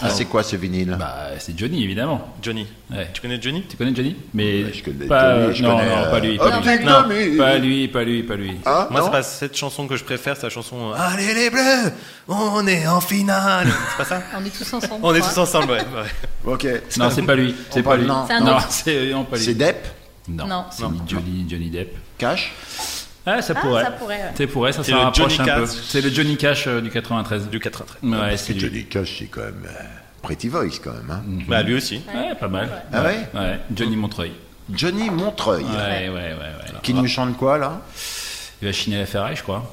Speaker 2: Ah, c'est quoi ce vinyle
Speaker 4: Bah, c'est Johnny, évidemment.
Speaker 3: Johnny.
Speaker 4: Ouais.
Speaker 3: Tu connais Johnny
Speaker 4: Tu connais Johnny Mais
Speaker 2: Ouais, je connais
Speaker 4: pas,
Speaker 2: Johnny, je
Speaker 4: non,
Speaker 2: connais,
Speaker 4: non,
Speaker 2: euh,
Speaker 4: pas
Speaker 2: Hop,
Speaker 4: lui. Pas lui.
Speaker 2: tic,
Speaker 4: Non,
Speaker 2: Tommy.
Speaker 4: pas lui, pas lui, pas lui.
Speaker 2: Ah,
Speaker 3: Moi,
Speaker 2: non
Speaker 3: c'est pas cette chanson que je préfère, c'est la chanson euh, Allez les bleus, on est en finale. c'est pas ça
Speaker 5: On est tous ensemble.
Speaker 3: On est
Speaker 5: quoi.
Speaker 3: tous ensemble, ouais. ouais.
Speaker 2: Ok.
Speaker 4: Non, c'est pas lui. C'est pas
Speaker 2: parle-
Speaker 4: lui.
Speaker 2: non,
Speaker 5: C'est un
Speaker 4: Non,
Speaker 5: autre.
Speaker 4: <laughs> c'est non, pas lui.
Speaker 2: C'est Depp
Speaker 5: Non.
Speaker 4: Non, c'est ni Johnny, Johnny Depp.
Speaker 2: Cash
Speaker 4: Ah, ça
Speaker 5: Ah,
Speaker 4: pourrait.
Speaker 5: ça pourrait, ouais.
Speaker 4: C'est pourrait, ça
Speaker 3: C'est
Speaker 4: s'en
Speaker 3: le
Speaker 4: rapproche
Speaker 3: Johnny
Speaker 4: un peu.
Speaker 3: Cash.
Speaker 4: C'est le Johnny Cash euh, du 93.
Speaker 3: Du 93.
Speaker 4: Ouais, c'est lui. Mm.
Speaker 2: Johnny Cash, c'est quand même euh, Pretty Voice, quand même. hein.
Speaker 3: <laughs> Bah, lui aussi.
Speaker 4: Ouais, pas mal.
Speaker 2: Ah ouais
Speaker 4: Ouais, Johnny Montreuil.
Speaker 2: Johnny Montreuil,
Speaker 4: Ouais, ouais, ouais, ouais.
Speaker 2: qui nous chante quoi, là
Speaker 4: Il va chiner la ferraille, je crois.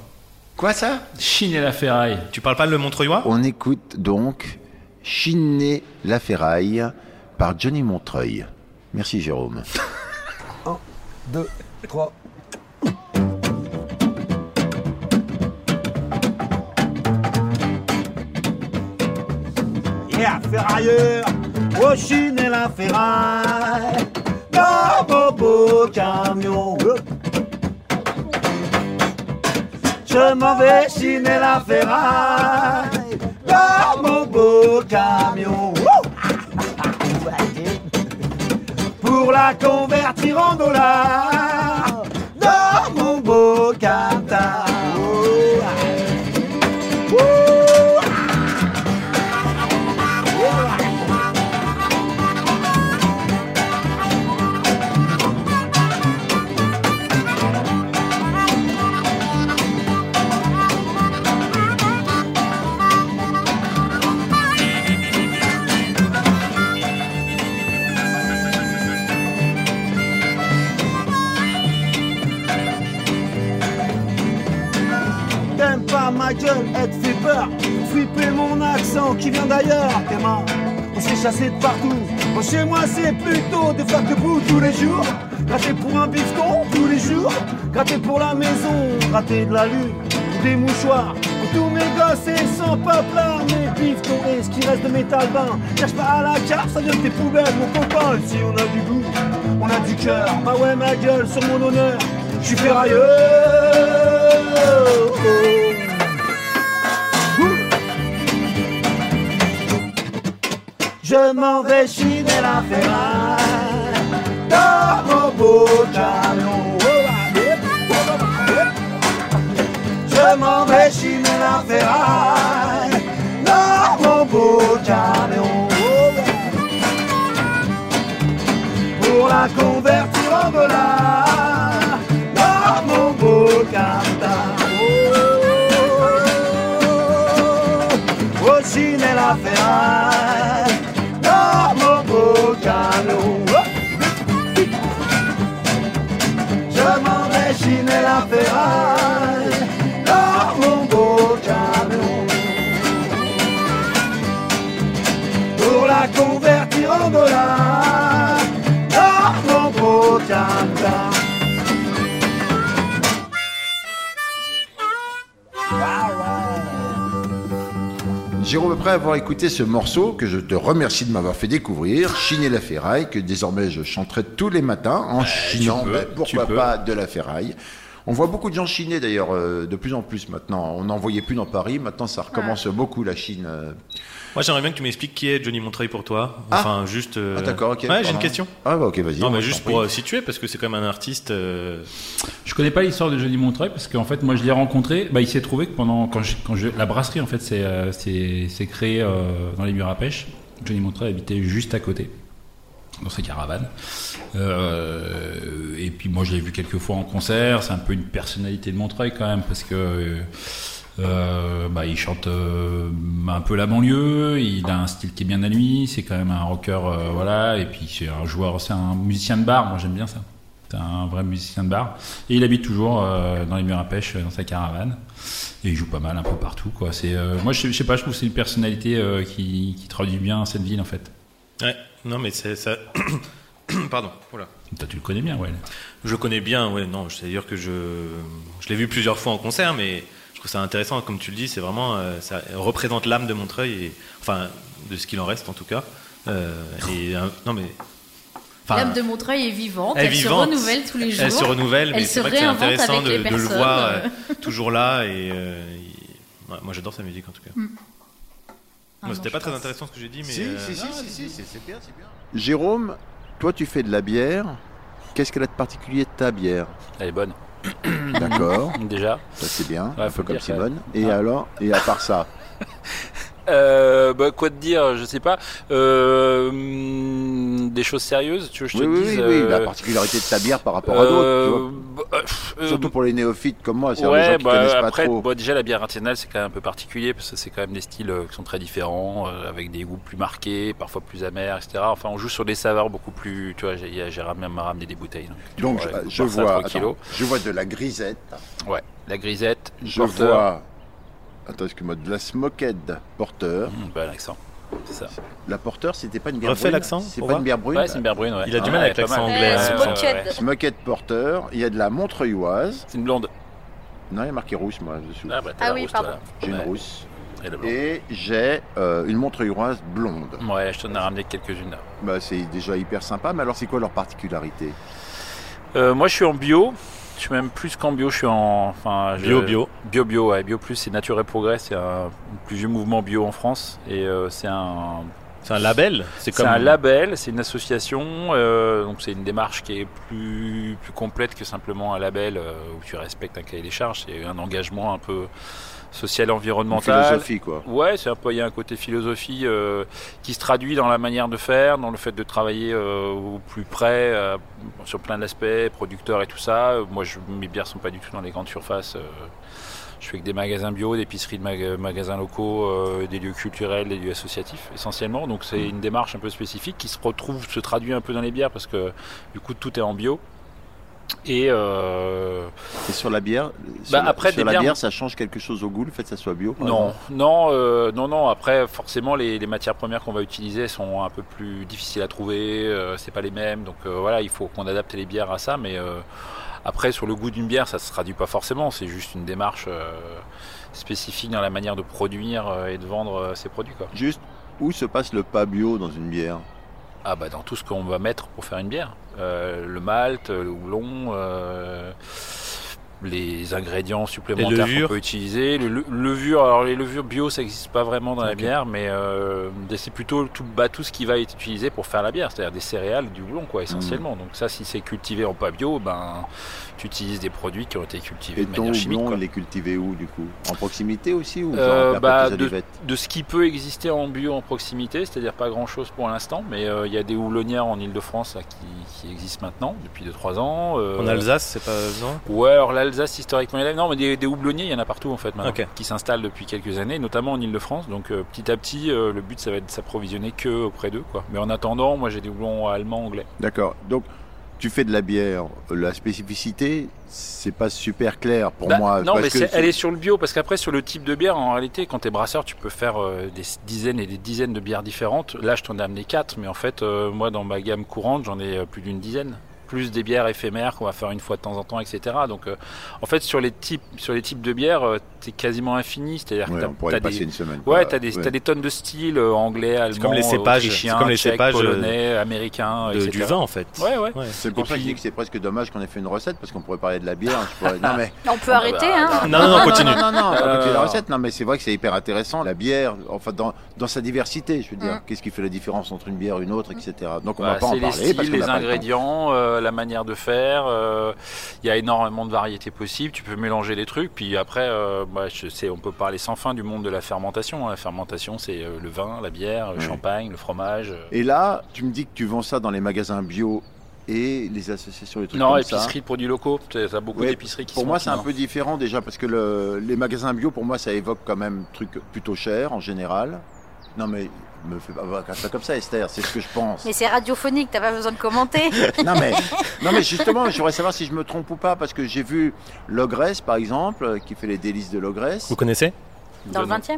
Speaker 2: Quoi, ça
Speaker 4: Chiner la ferraille.
Speaker 3: Tu parles pas le Montreuillois
Speaker 2: On écoute donc Chiner la ferraille par Johnny Montreuil. Merci, Jérôme.
Speaker 8: 2, 3. Yeah, ferrailleur, au Chine et la ferraille, comme au beau camion. Je m'en vais chiner la ferraille, comme au beau camion. pour la convertir en dollars dans mon beau Qatar. Oh, ah. Oh, ah. Oh, T'aimes pas ma gueule, elle te fait peur. Flipper mon accent qui vient d'ailleurs. Tes mains, on s'est chassé de partout. Bon, chez moi, c'est plutôt des flaques de boue tous les jours. Gratter pour un bifton tous les jours. Gratter pour la maison, gratter de la lune, des mouchoirs. Pour tous mes gosses et sans papelin, mes biftons et ce qui reste de mes talbins. Cherche pas à la carte, ça vient de tes poubelles, mon copain. Si on a du goût, on a du cœur. Bah ouais, ma gueule, sur mon honneur, je suis ferrailleux. Je m'en vais chiner la ferraille dans mon beau Oh, camion. Je m'en vais chiner la ferraille dans mon beau camion. Pour la convertir en volard dans mon beau camion. Au ciné la ferraille dans mon beau canot. Je m'en vais chiner la ferraille dans mon beau canot. Pour la convertir en dollar dans mon beau canot.
Speaker 2: Jérôme, après avoir écouté ce morceau que je te remercie de m'avoir fait découvrir, Chiner la ferraille, que désormais je chanterai tous les matins en chinant,
Speaker 4: peux,
Speaker 2: ben, pourquoi
Speaker 4: tu peux.
Speaker 2: pas de la ferraille. On voit beaucoup de gens chiner d'ailleurs, euh, de plus en plus maintenant. On n'en voyait plus dans Paris, maintenant ça recommence beaucoup la Chine. euh.
Speaker 3: Moi, j'aimerais bien que tu m'expliques qui est Johnny Montreuil pour toi. Enfin, juste. euh,
Speaker 2: Ah d'accord, ok.
Speaker 3: Ouais, j'ai
Speaker 2: pardon.
Speaker 3: une question.
Speaker 2: Ah bah ok, vas-y.
Speaker 3: Non, mais
Speaker 2: je
Speaker 3: juste
Speaker 2: t'en
Speaker 3: pour
Speaker 2: prie.
Speaker 3: euh, situer, parce que c'est quand même un artiste. euh,
Speaker 4: Je connais pas l'histoire de Johnny Montreuil parce qu'en fait, moi, je l'ai rencontré. Bah, il s'est trouvé que pendant quand je, quand je- la brasserie en fait, c'est euh, c'est c'est créé euh, dans les murs à pêche. Johnny Montreuil habitait juste à côté dans sa caravane. Euh, et puis moi, je l'ai vu quelques fois en concert. C'est un peu une personnalité de Montreuil quand même parce que. euh,
Speaker 7: Euh, bah, il chante euh, un peu la banlieue, il a un style qui est bien à lui, c'est quand même un rocker, euh, voilà, et puis c'est un joueur, c'est un musicien de bar, moi j'aime bien ça. C'est un vrai musicien de bar. Et il habite toujours euh, dans les murs à pêche, euh, dans sa caravane. Et il joue pas mal un peu partout, quoi. C'est, euh, moi je sais, je sais pas, je trouve que c'est une personnalité euh, qui, qui traduit bien cette ville en fait.
Speaker 3: Ouais, non, mais c'est ça. <coughs> Pardon, voilà.
Speaker 7: Toi, tu le connais bien, ouais.
Speaker 3: Je connais bien, ouais, non, c'est-à-dire que je, je l'ai vu plusieurs fois en concert, mais je trouve ça intéressant, comme tu le dis, c'est vraiment, euh, ça représente l'âme de Montreuil, et, enfin, de ce qu'il en reste en tout cas. Euh, et, euh, non, mais. enfin,
Speaker 5: L'âme de Montreuil est vivante,
Speaker 3: elle
Speaker 5: elle,
Speaker 3: est vivante.
Speaker 5: se renouvelle tous les jours.
Speaker 3: Elle se renouvelle, mais
Speaker 5: Elle se
Speaker 3: c'est vrai que c'est
Speaker 5: réinvente
Speaker 3: intéressant
Speaker 5: avec
Speaker 3: de,
Speaker 5: les
Speaker 3: de le
Speaker 5: personnes,
Speaker 3: voir
Speaker 5: euh. <laughs>
Speaker 3: euh, toujours là, et. euh, il- ouais, moi, j'adore sa musique en tout cas.
Speaker 5: Ah
Speaker 3: Moi,
Speaker 5: non,
Speaker 3: c'était pas
Speaker 5: je
Speaker 3: très
Speaker 5: pense.
Speaker 3: intéressant ce que j'ai dit, mais.
Speaker 2: Si,
Speaker 3: euh,
Speaker 2: si, si,
Speaker 3: non,
Speaker 2: si,
Speaker 3: c'est-
Speaker 2: si, c'est bien, c'est bien. Jérôme, toi, tu fais de la bière. Qu'est-ce qu'elle a de particulier ta bière
Speaker 4: Elle est bonne.
Speaker 2: D'accord,
Speaker 4: Déjà.
Speaker 2: ça c'est bien,
Speaker 4: Hmm. Ouais,
Speaker 2: un
Speaker 4: faut
Speaker 2: peu comme
Speaker 4: le dire, ça. Ah.
Speaker 2: Simone. Et alors, et à part ça
Speaker 4: Euh, bah, quoi te dire Je sais pas. Euh, hum, des choses sérieuses, tu veux que je
Speaker 2: Oui,
Speaker 4: te
Speaker 2: oui,
Speaker 4: dise
Speaker 2: oui, oui, bah,
Speaker 4: euh,
Speaker 2: la particularité de ta bière par rapport à d'autres. tu vois.
Speaker 4: euh, bah, pff, euh,
Speaker 2: Surtout pour les néophytes comme moi, c'est-à-dire les gens
Speaker 4: Ouais,
Speaker 2: qui
Speaker 4: bah,
Speaker 2: connaissent pas
Speaker 4: après,
Speaker 2: trop.
Speaker 4: bon, déjà la bière artisanale c'est quand même un peu particulier parce que c'est quand même des styles euh, qui sont très différents, euh, avec des goûts plus marqués, parfois plus amers, etc. Enfin, on joue sur des saveurs beaucoup plus. Tu vois, j'ai j'ai- j'ai même ramené des bouteilles. Donc, tu
Speaker 2: Donc,
Speaker 4: pourrais
Speaker 2: je, je
Speaker 4: boire ça à
Speaker 2: vois,
Speaker 4: 3 kilos.
Speaker 2: attends, je vois de la grisette,
Speaker 4: Ouais, la grisette,
Speaker 2: je
Speaker 4: porteur.
Speaker 2: vois... Attends, excuse-moi, de la smoquette porteur.
Speaker 4: Hum, bah, l'accent, c'est ça.
Speaker 2: La porteur, c'était pas une bière
Speaker 3: Refais
Speaker 2: brune.
Speaker 3: l'accent,
Speaker 2: C'est
Speaker 3: pour
Speaker 2: pas
Speaker 3: voir.
Speaker 2: une bière brune.
Speaker 4: Ouais, c'est une bière brune. Ouais.
Speaker 3: Il a du
Speaker 4: Ah,
Speaker 3: mal
Speaker 4: ouais,
Speaker 3: avec
Speaker 4: pas
Speaker 3: l'accent
Speaker 5: Eh,
Speaker 4: mal.
Speaker 3: anglais,
Speaker 4: Ouais,
Speaker 3: hein,
Speaker 4: ouais,
Speaker 3: ça.
Speaker 4: ouais.
Speaker 2: Smoquette porteur, il y a de la montreuilloise.
Speaker 4: C'est une blonde.
Speaker 2: Non, il y a marqué rousse, moi, dessous.
Speaker 4: Ah, bah, t'as
Speaker 5: Ah
Speaker 4: la
Speaker 5: oui,
Speaker 4: rousse,
Speaker 5: pardon.
Speaker 4: toi, là.
Speaker 2: J'ai une
Speaker 4: Ouais,
Speaker 2: rousse.
Speaker 4: et la blonde.
Speaker 2: Et j'ai euh, une montreuilloise blonde.
Speaker 4: Ouais, je t'en ai ramené quelques-unes là.
Speaker 2: Bah, c'est déjà hyper sympa, mais alors c'est quoi leur particularité
Speaker 4: Euh, moi, je suis en bio. Je suis même plus qu'en bio. Je suis en enfin je-
Speaker 3: Bio, bio.
Speaker 4: Bio, bio. Ouais. Bio plus, c'est Nature et Progrès. C'est un plus vieux mouvement bio en France. Et euh, c'est un
Speaker 3: C'est un label C'est
Speaker 4: c'est
Speaker 3: comme.
Speaker 4: un label, c'est une association, euh, donc c'est une démarche qui est plus, plus complète que simplement un label euh, où tu respectes un cahier des charges, c'est un engagement un peu social
Speaker 2: Une
Speaker 4: environnemental.
Speaker 2: Philosophie, quoi.
Speaker 4: Ouais, c'est un peu, il y a un côté philosophie euh, qui se traduit dans la manière de faire, dans le fait de travailler euh, au plus près euh, sur plein d'aspects, producteurs et tout ça. Euh, Moi, je, mes bières sont pas du tout dans les grandes surfaces. euh, je fais que des magasins bio, des épiceries de maga- magasins locaux, euh, des lieux culturels, des lieux associatifs essentiellement. Donc c'est une démarche un peu spécifique qui se retrouve, se traduit un peu dans les bières parce que du coup tout est en bio. Et euh,
Speaker 2: Et sur la bière, sur,
Speaker 4: Bah,
Speaker 2: la-
Speaker 4: après,
Speaker 2: sur
Speaker 4: des
Speaker 2: la
Speaker 4: bières-
Speaker 2: bière, ça change quelque chose au goût, le fait que ça soit bio par
Speaker 4: Non,
Speaker 2: exemple
Speaker 4: non, euh, non, non. Après, forcément, les, les matières premières qu'on va utiliser sont un peu plus difficiles à trouver. euh, c'est pas les mêmes, donc euh, voilà, il faut qu'on adapte les bières à ça. Mais euh, après, sur le goût d'une bière, ça se traduit pas forcément. C'est juste une démarche euh, spécifique dans la manière de produire euh, et de vendre euh, ces produits, quoi.
Speaker 2: Juste, où se passe le pas bio dans une bière
Speaker 4: Ah bah dans tout ce qu'on va mettre pour faire une bière. Euh, le malt, euh, le houblon, euh, les ingrédients supplémentaires qu'on
Speaker 3: levures.
Speaker 4: peut utiliser. Le, le- levure, alors les levures bio ça n'existe pas vraiment dans la
Speaker 3: Ok.
Speaker 4: bière, mais euh, c'est plutôt tout, bah, tout ce qui va être utilisé pour faire la bière, c'est-à-dire des céréales, du houblon quoi essentiellement.
Speaker 2: Mm.
Speaker 4: Donc ça si c'est cultivé en pas bio, ben tu utilises des produits qui ont été cultivés
Speaker 2: Et
Speaker 4: de
Speaker 2: ton
Speaker 4: manière chimique.
Speaker 2: houblon,
Speaker 4: quoi.
Speaker 2: il est cultivé où, du coup En proximité aussi ou genre
Speaker 4: Euh,
Speaker 2: vers
Speaker 4: bah,
Speaker 2: Portes
Speaker 4: de-
Speaker 2: Olivettes
Speaker 4: de ce qui peut exister en bio en proximité, c'est-à-dire pas grand-chose pour l'instant, mais euh, il y a des houblonnières en Ile-de-France là, qui, qui existent maintenant depuis 2-3 ans. euh,
Speaker 3: En Alsace, c'est pas. Non
Speaker 4: Ouais, alors l'Alsace historiquement, elle est- non, mais des, des houblonniers, il y en a partout en fait maintenant,
Speaker 3: Ok.
Speaker 4: qui s'installent depuis quelques années, notamment en Ile-de-France. Donc euh, petit à petit, euh, le but ça va être de s'approvisionner que auprès d'eux, quoi. Mais en attendant, moi j'ai des houblons allemands, anglais.
Speaker 2: D'accord. Donc, tu fais de la bière. La spécificité, c'est pas super clair pour
Speaker 4: Bah,
Speaker 2: moi.
Speaker 4: Non,
Speaker 2: parce
Speaker 4: mais
Speaker 2: que
Speaker 4: c'est-
Speaker 2: c'est-
Speaker 4: elle est sur le bio parce qu'après sur le type de bière, en réalité, quand t'es brasseur, tu peux faire euh, des dizaines et des dizaines de bières différentes. Là, je t'en ai amené quatre, mais en fait, euh, moi, dans ma gamme courante, j'en ai euh, plus d'une dizaine. Plus des bières éphémères qu'on va faire une fois de temps en temps, etc. Donc, euh, en fait, sur les types, sur les types de bières, euh, t'es quasiment infini. C'est-à-dire
Speaker 2: Ouais, on
Speaker 4: que t'as-
Speaker 2: pourrait
Speaker 4: t'as
Speaker 2: passer
Speaker 4: des
Speaker 2: une semaine.
Speaker 4: Ouais,
Speaker 2: quoi.
Speaker 4: t'as des,
Speaker 2: Ouais.
Speaker 4: t'as des tonnes de styles euh, anglais, allemand,
Speaker 3: comme les cépages,
Speaker 4: autrichien,
Speaker 3: c'est comme les
Speaker 4: tchèque,
Speaker 3: cépages, euh,
Speaker 4: polonais, américain,
Speaker 3: de-
Speaker 4: etc.
Speaker 3: Du vin en fait.
Speaker 4: Ouais, ouais.
Speaker 3: Ouais.
Speaker 2: C'est pour
Speaker 4: Et
Speaker 2: ça que je
Speaker 4: puis-
Speaker 2: dis que c'est presque dommage qu'on ait fait une recette parce qu'on pourrait parler de la bière. hein, je pourrais- Non, mais.
Speaker 5: On peut arrêter, hein
Speaker 3: <laughs> Non, Ah, non, non, continue.
Speaker 2: Non, non, non, on va
Speaker 4: Euh,
Speaker 2: continuer la recette. Non, mais c'est vrai que c'est hyper intéressant. La bière, enfin, dans, dans sa diversité, je veux dire. Qu'est-ce qui fait la différence entre une bière et une autre, etc. Donc, on
Speaker 4: Bah,
Speaker 2: va pas en
Speaker 4: c'est les
Speaker 2: parler.
Speaker 4: styles,
Speaker 2: parce qu'on
Speaker 4: les
Speaker 2: n'a pas le temps.
Speaker 4: ingrédients, euh, la manière de faire. euh, Il y a énormément de variétés possibles. Tu peux mélanger les trucs. Puis après, euh, bah, je sais, on peut parler sans fin du monde de la fermentation. hein. La fermentation, c'est euh, le vin, la bière, le
Speaker 2: Ouais.
Speaker 4: champagne, le fromage. euh.
Speaker 2: Et là, tu me dis que tu vends ça dans les magasins bio et les associations, les trucs
Speaker 4: Non,
Speaker 2: comme ça.
Speaker 4: épicerie, produits locaux. T'as t'as beaucoup
Speaker 2: Ouais,
Speaker 4: d'épiceries qui
Speaker 2: Pour
Speaker 4: sont
Speaker 2: moi, c'est un
Speaker 4: là.
Speaker 2: peu différent déjà parce que le- les magasins bio, pour moi, ça évoque quand même truc plutôt cher en général. Non, mais me fais pas ça comme ça, Esther. C'est ce que je pense.
Speaker 9: Mais c'est radiophonique, t'as pas besoin de commenter.
Speaker 2: non mais, non mais justement, je voudrais savoir si je me trompe ou pas parce que j'ai vu Logresse par exemple euh, qui fait les délices de Logresse.
Speaker 3: Vous connaissez
Speaker 9: Dans le 20 e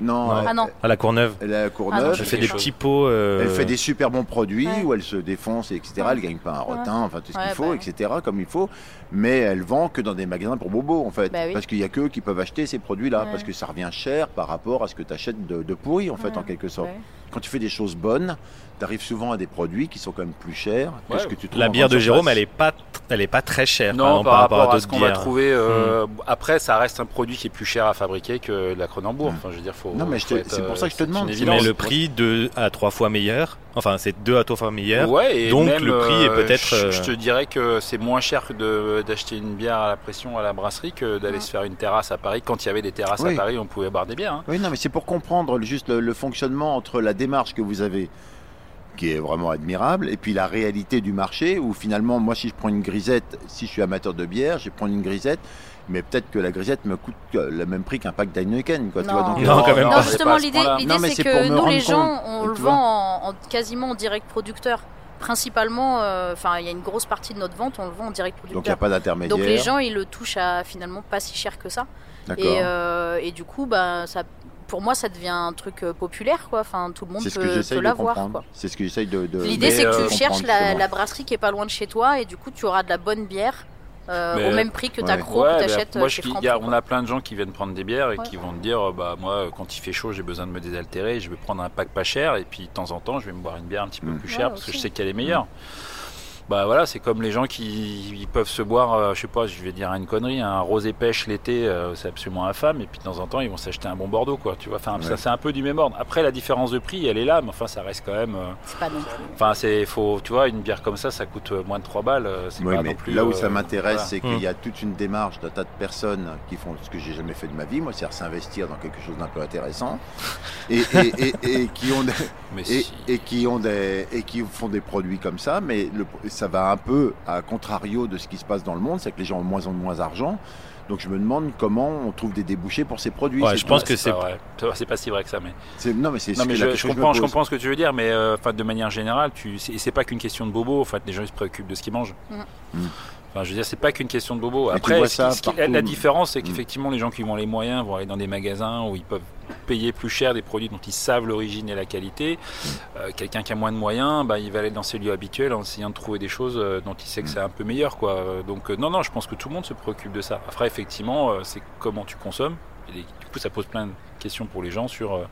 Speaker 2: Non,
Speaker 3: Ouais.
Speaker 2: elle-
Speaker 5: Ah non.
Speaker 3: À la Courneuve.
Speaker 2: elle est à
Speaker 5: Ah non,
Speaker 2: Courneuve.
Speaker 3: Elle
Speaker 4: je
Speaker 3: fait
Speaker 4: quelque
Speaker 3: des
Speaker 4: chose.
Speaker 3: petits pots. euh,
Speaker 2: Elle fait des super bons produits
Speaker 5: Ouais.
Speaker 2: où elle se défonce, etc. Elle gagne pas un rotin, enfin tout ce qu'il
Speaker 5: Ouais,
Speaker 2: faut,
Speaker 5: bah oui.
Speaker 2: etc. Comme il faut. Mais elle vend que dans des magasins pour bobos, en fait.
Speaker 5: Bah oui.
Speaker 2: Parce qu'il y a qu'eux qui peuvent acheter ces produits-là.
Speaker 5: Ouais.
Speaker 2: Parce que ça revient cher par rapport à ce que tu achètes de, de pourri, en fait,
Speaker 5: Ouais,
Speaker 2: en quelque sorte.
Speaker 5: ouais.
Speaker 2: Quand tu fais des choses bonnes, tu arrives souvent à des produits qui sont quand même plus chers que
Speaker 4: Ouais.
Speaker 2: ce que tu trouves
Speaker 3: La
Speaker 2: en
Speaker 3: bière
Speaker 2: grande
Speaker 3: de Jérôme,
Speaker 2: surface.
Speaker 3: elle est pas, tr- elle est pas très chère.
Speaker 4: Non,
Speaker 3: exemple,
Speaker 4: par, rapport à, ce
Speaker 3: d'autres
Speaker 4: qu'on va
Speaker 3: bières.
Speaker 4: trouver. euh, Après, ça reste un produit qui est plus cher à fabriquer que la Cronenbourg.
Speaker 2: Mm.
Speaker 4: Enfin, je veux dire, faut.
Speaker 2: Non, mais je te-
Speaker 4: faut être,
Speaker 2: c'est pour
Speaker 4: euh,
Speaker 2: ça que je te
Speaker 4: une
Speaker 2: demande, c'est
Speaker 4: évidence.
Speaker 3: Mais le prix deux à trois fois meilleur. Enfin, c'est deux à trois fois meilleur.
Speaker 4: Ouais, et
Speaker 3: Donc,
Speaker 4: même,
Speaker 3: le prix est
Speaker 4: euh,
Speaker 3: peut-être,
Speaker 4: Je,
Speaker 3: euh,
Speaker 4: je te dirais que c'est moins cher que de- d'acheter une bière à la pression à la brasserie que d'aller
Speaker 5: Ouais.
Speaker 4: se faire une terrasse à Paris. Quand il y avait des terrasses
Speaker 2: Oui.
Speaker 4: à Paris, on pouvait boire des bières. hein.
Speaker 2: Oui, non, mais c'est pour comprendre le- juste le, le fonctionnement entre la démarche que vous avez, qui est vraiment admirable, et puis la réalité du marché, où finalement, moi, si je prends une grisette, si je suis amateur de bière, je vais prendre une grisette, mais peut-être que la grisette me coûte euh, le même prix qu'un pack d'Heineken, quoi. tu
Speaker 5: Non.
Speaker 2: vois, donc,
Speaker 3: Non,
Speaker 2: euh,
Speaker 3: quand même
Speaker 4: Non,
Speaker 5: Non,
Speaker 4: c'est
Speaker 5: justement,
Speaker 4: pas à ce
Speaker 5: l'idée,
Speaker 4: point-là.
Speaker 5: l'idée,
Speaker 2: Non, mais
Speaker 5: c'est
Speaker 2: c'est
Speaker 5: que
Speaker 2: pour me
Speaker 5: nous, les
Speaker 2: rendre
Speaker 5: gens,
Speaker 2: compte,
Speaker 5: on
Speaker 2: tu
Speaker 5: le
Speaker 2: vois.
Speaker 5: vend en, en- quasiment en direct producteur. Principalement, euh, enfin, il y a une grosse partie de notre vente, on le vend en direct
Speaker 2: euh, Donc, il n'y a
Speaker 5: producteur.
Speaker 2: pas
Speaker 5: Donc,
Speaker 2: d'intermédiaire.
Speaker 5: les gens, ils le touchent à finalement pas si cher que ça.
Speaker 2: D'accord.
Speaker 5: Et, euh, et du coup, bah, ça, pour moi, ça devient un truc euh, populaire, quoi. Enfin, tout le monde
Speaker 2: c'est ce
Speaker 5: peut,
Speaker 2: que j'essaye
Speaker 5: peut
Speaker 2: de
Speaker 5: l'avoir,
Speaker 2: comprendre.
Speaker 5: quoi.
Speaker 2: C'est ce que j'essaye de. de-
Speaker 5: L'idée,
Speaker 4: Mais,
Speaker 5: c'est que
Speaker 4: euh,
Speaker 5: tu
Speaker 2: comprendre,
Speaker 5: cherches la,
Speaker 2: justement.
Speaker 5: la brasserie qui est pas loin de chez toi et du coup, tu auras de la bonne bière euh,
Speaker 4: Mais,
Speaker 5: au même prix que ta
Speaker 2: ouais.
Speaker 5: croc
Speaker 4: Ouais,
Speaker 5: que
Speaker 4: mais
Speaker 5: t'achètes
Speaker 4: moi,
Speaker 5: euh,
Speaker 4: je,
Speaker 5: chez
Speaker 4: il
Speaker 5: Franck.
Speaker 4: y a- on a plein de gens qui viennent prendre des bières et
Speaker 5: Ouais.
Speaker 4: qui vont te dire, euh, bah moi, quand il fait chaud, j'ai besoin de me désaltérer, je vais prendre un pack pas cher et puis de temps en temps, je vais me boire une bière un petit peu
Speaker 2: Mm.
Speaker 4: plus
Speaker 5: Ouais,
Speaker 4: chère parce que je
Speaker 5: aussi.
Speaker 4: sais qu'elle est meilleure. Bah voilà, c'est comme les gens qui ils peuvent se boire, euh, je sais pas, je vais dire une connerie, un rosé pêche l'été, euh, c'est absolument infâme, et puis de temps en temps ils vont s'acheter un bon Bordeaux, quoi, tu vois. Enfin, ça
Speaker 2: Ouais.
Speaker 4: c'est un peu du même ordre. Après, la différence de prix, elle est là, mais enfin, ça reste quand même. euh,
Speaker 5: C'est pas non plus.
Speaker 4: Enfin, c'est faut, tu vois, une bière comme ça, ça coûte euh, moins de 3 balles. euh, c'est
Speaker 2: Oui,
Speaker 4: pas
Speaker 2: mais
Speaker 4: non plus,
Speaker 2: là où
Speaker 4: euh,
Speaker 2: ça m'intéresse,
Speaker 4: voilà.
Speaker 2: c'est qu'il y a toute une démarche d'un tas de personnes qui font ce que j'ai jamais fait de ma vie, moi, c'est-à-dire s'investir dans quelque chose d'un peu intéressant, et, et, et,
Speaker 4: <laughs>
Speaker 2: et qui ont
Speaker 4: Mais
Speaker 2: et,
Speaker 4: si.
Speaker 2: et qui ont des et qui font des produits comme ça, mais le- ça va un peu à contrario de ce qui se passe dans le monde, c'est que les gens ont de moins en moins d'argent. Donc je me demande comment on trouve des débouchés pour ces produits.
Speaker 3: Ouais,
Speaker 2: c'est
Speaker 3: je
Speaker 2: tout.
Speaker 3: pense
Speaker 4: Ouais,
Speaker 3: que c'est-
Speaker 4: pas vrai. C'est pas si vrai que ça, mais.
Speaker 2: C'est- non mais c'est
Speaker 4: Non
Speaker 2: c'est
Speaker 4: mais
Speaker 2: la
Speaker 4: je, je
Speaker 2: question que me
Speaker 4: comprends, je
Speaker 2: pose.
Speaker 4: comprends ce que tu veux dire, mais euh, enfin de manière générale, tu, c'est c'est pas qu'une question de bobo. En fait, les gens ils se préoccupent de ce qu'ils mangent.
Speaker 5: Mm.
Speaker 2: Mm.
Speaker 4: Enfin, je veux dire, c'est pas qu'une question de bobo.
Speaker 2: tu
Speaker 4: Après,
Speaker 2: vois
Speaker 4: ce
Speaker 2: ça
Speaker 4: qui- ce qui- la-
Speaker 2: partout.
Speaker 4: la différence, c'est
Speaker 2: Mm.
Speaker 4: qu'effectivement, les gens qui ont les moyens vont aller dans des magasins où ils peuvent payer plus cher des produits dont ils savent l'origine et la qualité.
Speaker 2: Mm.
Speaker 4: Euh, Quelqu'un qui a moins de moyens, bah, il va aller dans ses lieux habituels en essayant de trouver des choses euh, dont il sait
Speaker 2: Mm.
Speaker 4: que c'est un peu meilleur, quoi. Euh, Donc euh, non, non, je pense que tout le monde se préoccupe de ça. Après, effectivement, euh, c'est comment tu consommes. Et les- du coup, ça pose plein de questions pour les gens sur euh,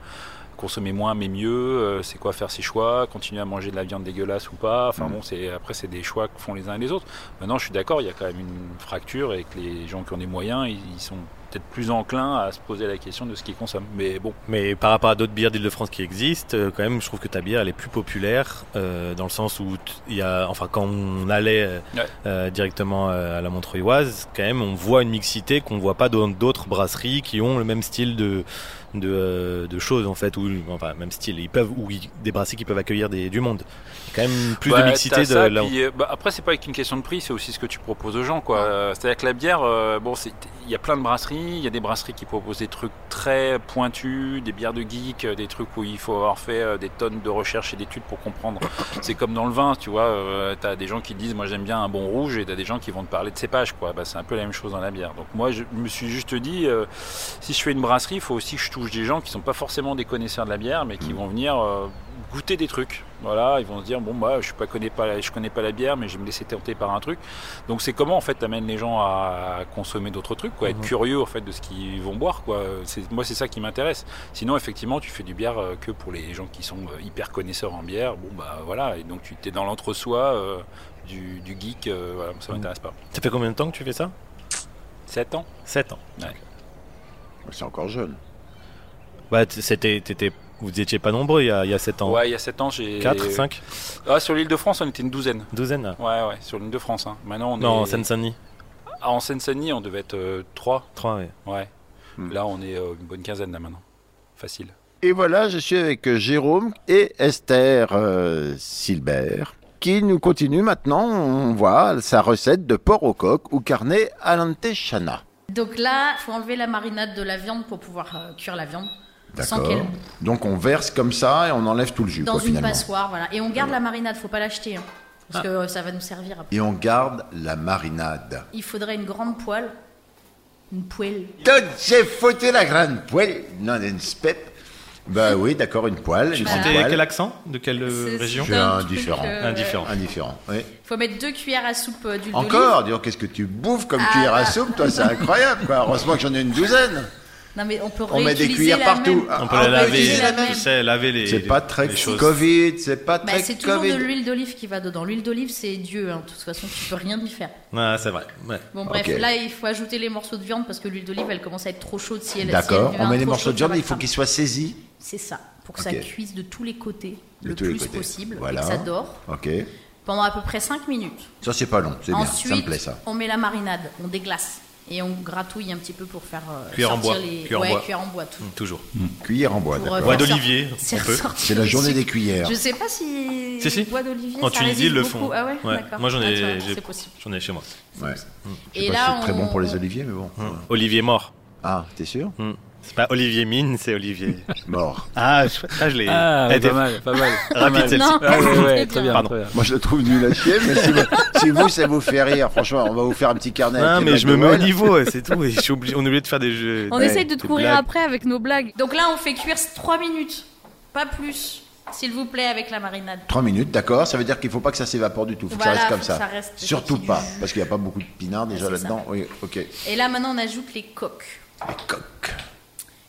Speaker 4: consommer moins mais mieux, euh, c'est quoi faire ses choix, continuer à manger de la viande dégueulasse ou pas. Enfin
Speaker 2: Mhm.
Speaker 4: bon, c'est après c'est des choix que font les uns et les autres. Maintenant, je suis d'accord, il y a quand même une fracture et que les gens qui ont des moyens, ils, ils sont peut-être plus enclins à se poser la question de ce qu'ils consomment. Mais bon,
Speaker 3: Mais par rapport à d'autres bières d'Île-de-France qui existent, euh, quand même, je trouve que ta bière elle est plus populaire euh, dans le sens où t- il y a, enfin, quand on allait euh,
Speaker 4: Ouais.
Speaker 3: euh, directement euh, à la Montreuilloise, quand même, on voit une mixité qu'on voit pas dans d'autres brasseries qui ont le même style de de, euh, de choses en fait, ou enfin même style, ils peuvent ou ils- des brasseries qui peuvent accueillir des, du monde. Il y a Quand même plus
Speaker 4: Ouais,
Speaker 3: de mixité
Speaker 4: Bah, t'as
Speaker 3: de
Speaker 4: ça,
Speaker 3: là. où-
Speaker 4: puis, euh, bah, après, c'est pas qu'une question de prix, c'est aussi ce que tu proposes aux gens, quoi. Euh, C'est-à-dire que la bière, euh, bon, c'est- il y a plein de brasseries, il y a des brasseries qui proposent des trucs très pointus, des bières de geek, euh, des trucs où il faut avoir fait euh, des tonnes de recherches et d'études pour
Speaker 3: <coughs>
Speaker 4: comprendre. C'est comme dans le vin, tu vois. euh, t'as des gens qui disent, moi j'aime bien un bon rouge, et t'as des gens qui vont te parler de cépage, quoi. Bah, c'est un peu la même chose dans la bière. Donc moi, je me suis juste dit, euh, si je fais une brasserie, il faut aussi que je touche des gens qui sont pas forcément des connaisseurs de la bière, mais
Speaker 3: Mm.
Speaker 4: qui vont venir euh, goûter des trucs. Voilà, ils vont se dire bon bah je pas connais pas la- je connais pas la bière, mais je vais me laisser tenter par un truc. Donc c'est comment en fait t'amènes les gens à consommer d'autres trucs, quoi, être
Speaker 3: Mhm.
Speaker 4: curieux en fait de ce qu'ils vont boire, quoi. C'est moi c'est ça qui m'intéresse. Sinon effectivement tu fais du bière euh, que pour les gens qui sont euh, hyper connaisseurs en bière. Bon bah voilà, et donc tu t'es dans l'entre-soi. euh, du, du geek, euh, voilà, ça
Speaker 3: Mhm.
Speaker 4: m'intéresse pas.
Speaker 3: Ça fait combien de temps que tu fais ça
Speaker 4: 7 ans
Speaker 3: 7 ans.
Speaker 2: C'est encore jeune.
Speaker 3: Bah, t- c'était, t'étais, vous étiez pas nombreux il y a, il y a 7 ans.
Speaker 4: Ouais, il y a 7 ans, j'ai.
Speaker 3: 4, 5,
Speaker 4: Ah, sur l'île de France, on était une douzaine.
Speaker 3: douzaine là.
Speaker 4: Ouais, ouais, sur l'île de France. hein. Maintenant, on
Speaker 3: Non, en
Speaker 4: est.
Speaker 3: Seine-Saint-Denis,
Speaker 4: Ah, en Seine-Saint-Denis, on devait être euh, trois.
Speaker 3: 3, ouais.
Speaker 4: Ouais.
Speaker 2: Hmm.
Speaker 4: Là, on est euh, une bonne quinzaine, là, maintenant. Facile.
Speaker 2: Et voilà, je suis avec Jérôme et Esther euh, Silbert. qui nous continue maintenant, on voit sa recette de porc au coq ou carnet all'antechana.
Speaker 5: Donc là, faut enlever la marinade de la viande pour pouvoir euh, cuire la viande. Sans
Speaker 2: D'accord.
Speaker 5: qu'elle.
Speaker 2: Donc on verse comme ça et on enlève tout le jus
Speaker 5: Dans
Speaker 2: quoi,
Speaker 5: une
Speaker 2: finalement.
Speaker 5: passoire, voilà. Et on garde la marinade, faut pas l'acheter. hein,
Speaker 4: Ah.
Speaker 5: parce que euh, ça va nous servir après.
Speaker 2: Et on garde la marinade.
Speaker 5: Il faudrait une grande poêle. Une poêle.
Speaker 2: Donc j'ai foutu la grande poêle, non une spep. Bah oui, d'accord, une poêle. une grande
Speaker 3: C'était
Speaker 2: poêle.
Speaker 3: quel accent De quelle euh,
Speaker 5: C'est-
Speaker 3: région
Speaker 2: Je suis
Speaker 5: D'un
Speaker 2: indifférent.
Speaker 5: truc, euh,
Speaker 3: Indifférent.
Speaker 2: Indifférent, oui.
Speaker 5: Faut mettre deux cuillères à soupe euh, d'huile d'olive.
Speaker 2: Encore, dis donc, qu'est-ce que tu bouffes comme
Speaker 5: Ah
Speaker 2: cuillère
Speaker 5: bah.
Speaker 2: à soupe, toi,
Speaker 5: <laughs>
Speaker 2: c'est incroyable, quoi. Heureusement que j'en ai une douzaine.
Speaker 5: Non mais on peut
Speaker 2: On met des
Speaker 5: réutiliser
Speaker 2: cuillères
Speaker 5: la
Speaker 2: partout.
Speaker 5: même.
Speaker 2: Ah,
Speaker 3: On peut
Speaker 2: ah,
Speaker 3: la
Speaker 2: on peut
Speaker 3: laver,
Speaker 2: utiliser la
Speaker 3: tu
Speaker 5: même.
Speaker 3: sais, laver les.
Speaker 2: C'est
Speaker 3: les-
Speaker 2: pas très
Speaker 3: les choses.
Speaker 2: Covid, c'est pas
Speaker 5: Bah,
Speaker 2: très
Speaker 5: c'est toujours
Speaker 2: Covid.
Speaker 5: de l'huile d'olive qui va dedans. L'huile d'olive, c'est Dieu. hein. De toute façon, tu peux rien y faire.
Speaker 3: Ouais, c'est vrai. ouais.
Speaker 5: Bon, bref,
Speaker 2: Ok.
Speaker 5: là, il faut ajouter les morceaux de viande parce que l'huile d'olive, elle commence à être trop chaude si elle si elle
Speaker 2: D'accord,
Speaker 5: devient
Speaker 2: on met les
Speaker 5: trop
Speaker 2: morceaux
Speaker 5: chaude,
Speaker 2: de
Speaker 5: ça
Speaker 2: viande,
Speaker 5: va
Speaker 2: il faut
Speaker 5: pas.
Speaker 2: qu'ils soient saisis.
Speaker 5: C'est ça, pour que
Speaker 2: Ok.
Speaker 5: ça cuise de tous les côtés
Speaker 2: de
Speaker 5: le
Speaker 2: tous les
Speaker 5: plus
Speaker 2: côtés.
Speaker 5: possible
Speaker 2: Voilà.
Speaker 5: et que ça dort
Speaker 2: Ok,
Speaker 5: pendant à peu près 5 minutes.
Speaker 2: ça c'est pas long, c'est bien,
Speaker 5: Ensuite,
Speaker 2: ça me plaît ça.
Speaker 5: on met la marinade, on déglace et on gratouille un petit peu pour faire euh,
Speaker 3: Cuillère en
Speaker 5: sortir
Speaker 3: bois,
Speaker 5: les
Speaker 3: cuillère en
Speaker 5: ouais,
Speaker 3: bois.
Speaker 5: cuillère en bois
Speaker 2: Hmm.
Speaker 5: tout.
Speaker 3: Toujours.
Speaker 2: Cuillère en bois,
Speaker 5: Pour, euh,
Speaker 2: d'accord.
Speaker 3: Bois
Speaker 5: faire sortir-
Speaker 3: d'olivier,
Speaker 5: c'est
Speaker 3: on peut.
Speaker 5: ressortir
Speaker 2: C'est la
Speaker 5: les
Speaker 2: journée des
Speaker 5: sucres.
Speaker 2: cuillères.
Speaker 5: Je sais pas si,
Speaker 3: Si, si.
Speaker 5: bois d'olivier
Speaker 3: En
Speaker 5: ça
Speaker 3: Tunisie, ils le
Speaker 5: résiste
Speaker 3: font.
Speaker 5: beaucoup. Ah ouais,
Speaker 3: Ouais.
Speaker 5: d'accord.
Speaker 3: Moi, j'en
Speaker 5: Ah, tu vois,
Speaker 3: ai, j'ai-
Speaker 5: c'est possible.
Speaker 3: j'en ai chez moi.
Speaker 2: Ouais. Je sais
Speaker 5: Et
Speaker 2: pas
Speaker 5: là,
Speaker 2: si c'est très
Speaker 5: on-
Speaker 2: bon pour les oliviers, mais bon.
Speaker 3: Olivier mort.
Speaker 2: Ah, t'es sûr
Speaker 3: Hmm. C'est pas Olivier Mine, c'est
Speaker 2: <laughs>
Speaker 3: Olivier.
Speaker 2: Mort.
Speaker 3: Ah, je, ah, je l'ai.
Speaker 4: Ah,
Speaker 3: elle était
Speaker 4: pas mal, pas mal.
Speaker 3: rapide celle-ci.
Speaker 9: Non.
Speaker 3: <laughs>
Speaker 4: Ah, ouais, ouais, très
Speaker 9: Très
Speaker 4: bien.
Speaker 3: bien.
Speaker 4: très bien.
Speaker 2: Moi je le trouve nul à chier, mais si vous, si vous, ça vous fait rire, franchement, on va vous faire un petit carnet.
Speaker 3: Non,
Speaker 2: avec les
Speaker 3: mais je me
Speaker 2: blagues
Speaker 3: mets
Speaker 2: de
Speaker 3: au
Speaker 2: Noël.
Speaker 3: niveau, et c'est tout. Et je suis obligé, on est obligé de faire des jeux.
Speaker 9: On
Speaker 3: des-
Speaker 9: essaye de te
Speaker 3: des
Speaker 9: courir
Speaker 3: blagues.
Speaker 9: après avec nos blagues.
Speaker 5: Donc là, on fait cuire 3 minutes, pas plus, s'il vous plaît, avec la marinade.
Speaker 2: Trois minutes, d'accord, ça veut dire qu'il faut pas que ça s'évapore du tout, faut que
Speaker 5: Voilà,
Speaker 2: ça reste
Speaker 5: faut
Speaker 2: comme
Speaker 5: que
Speaker 2: ça.
Speaker 5: ça reste
Speaker 2: Surtout
Speaker 5: sorti du
Speaker 2: pas,
Speaker 5: jus. Ah,
Speaker 2: parce qu'il n'y a pas beaucoup de pinard déjà
Speaker 5: c'est ça.
Speaker 2: là-dedans. Oui, ok.
Speaker 5: Et là, maintenant, on ajoute les coques.
Speaker 2: Les coques.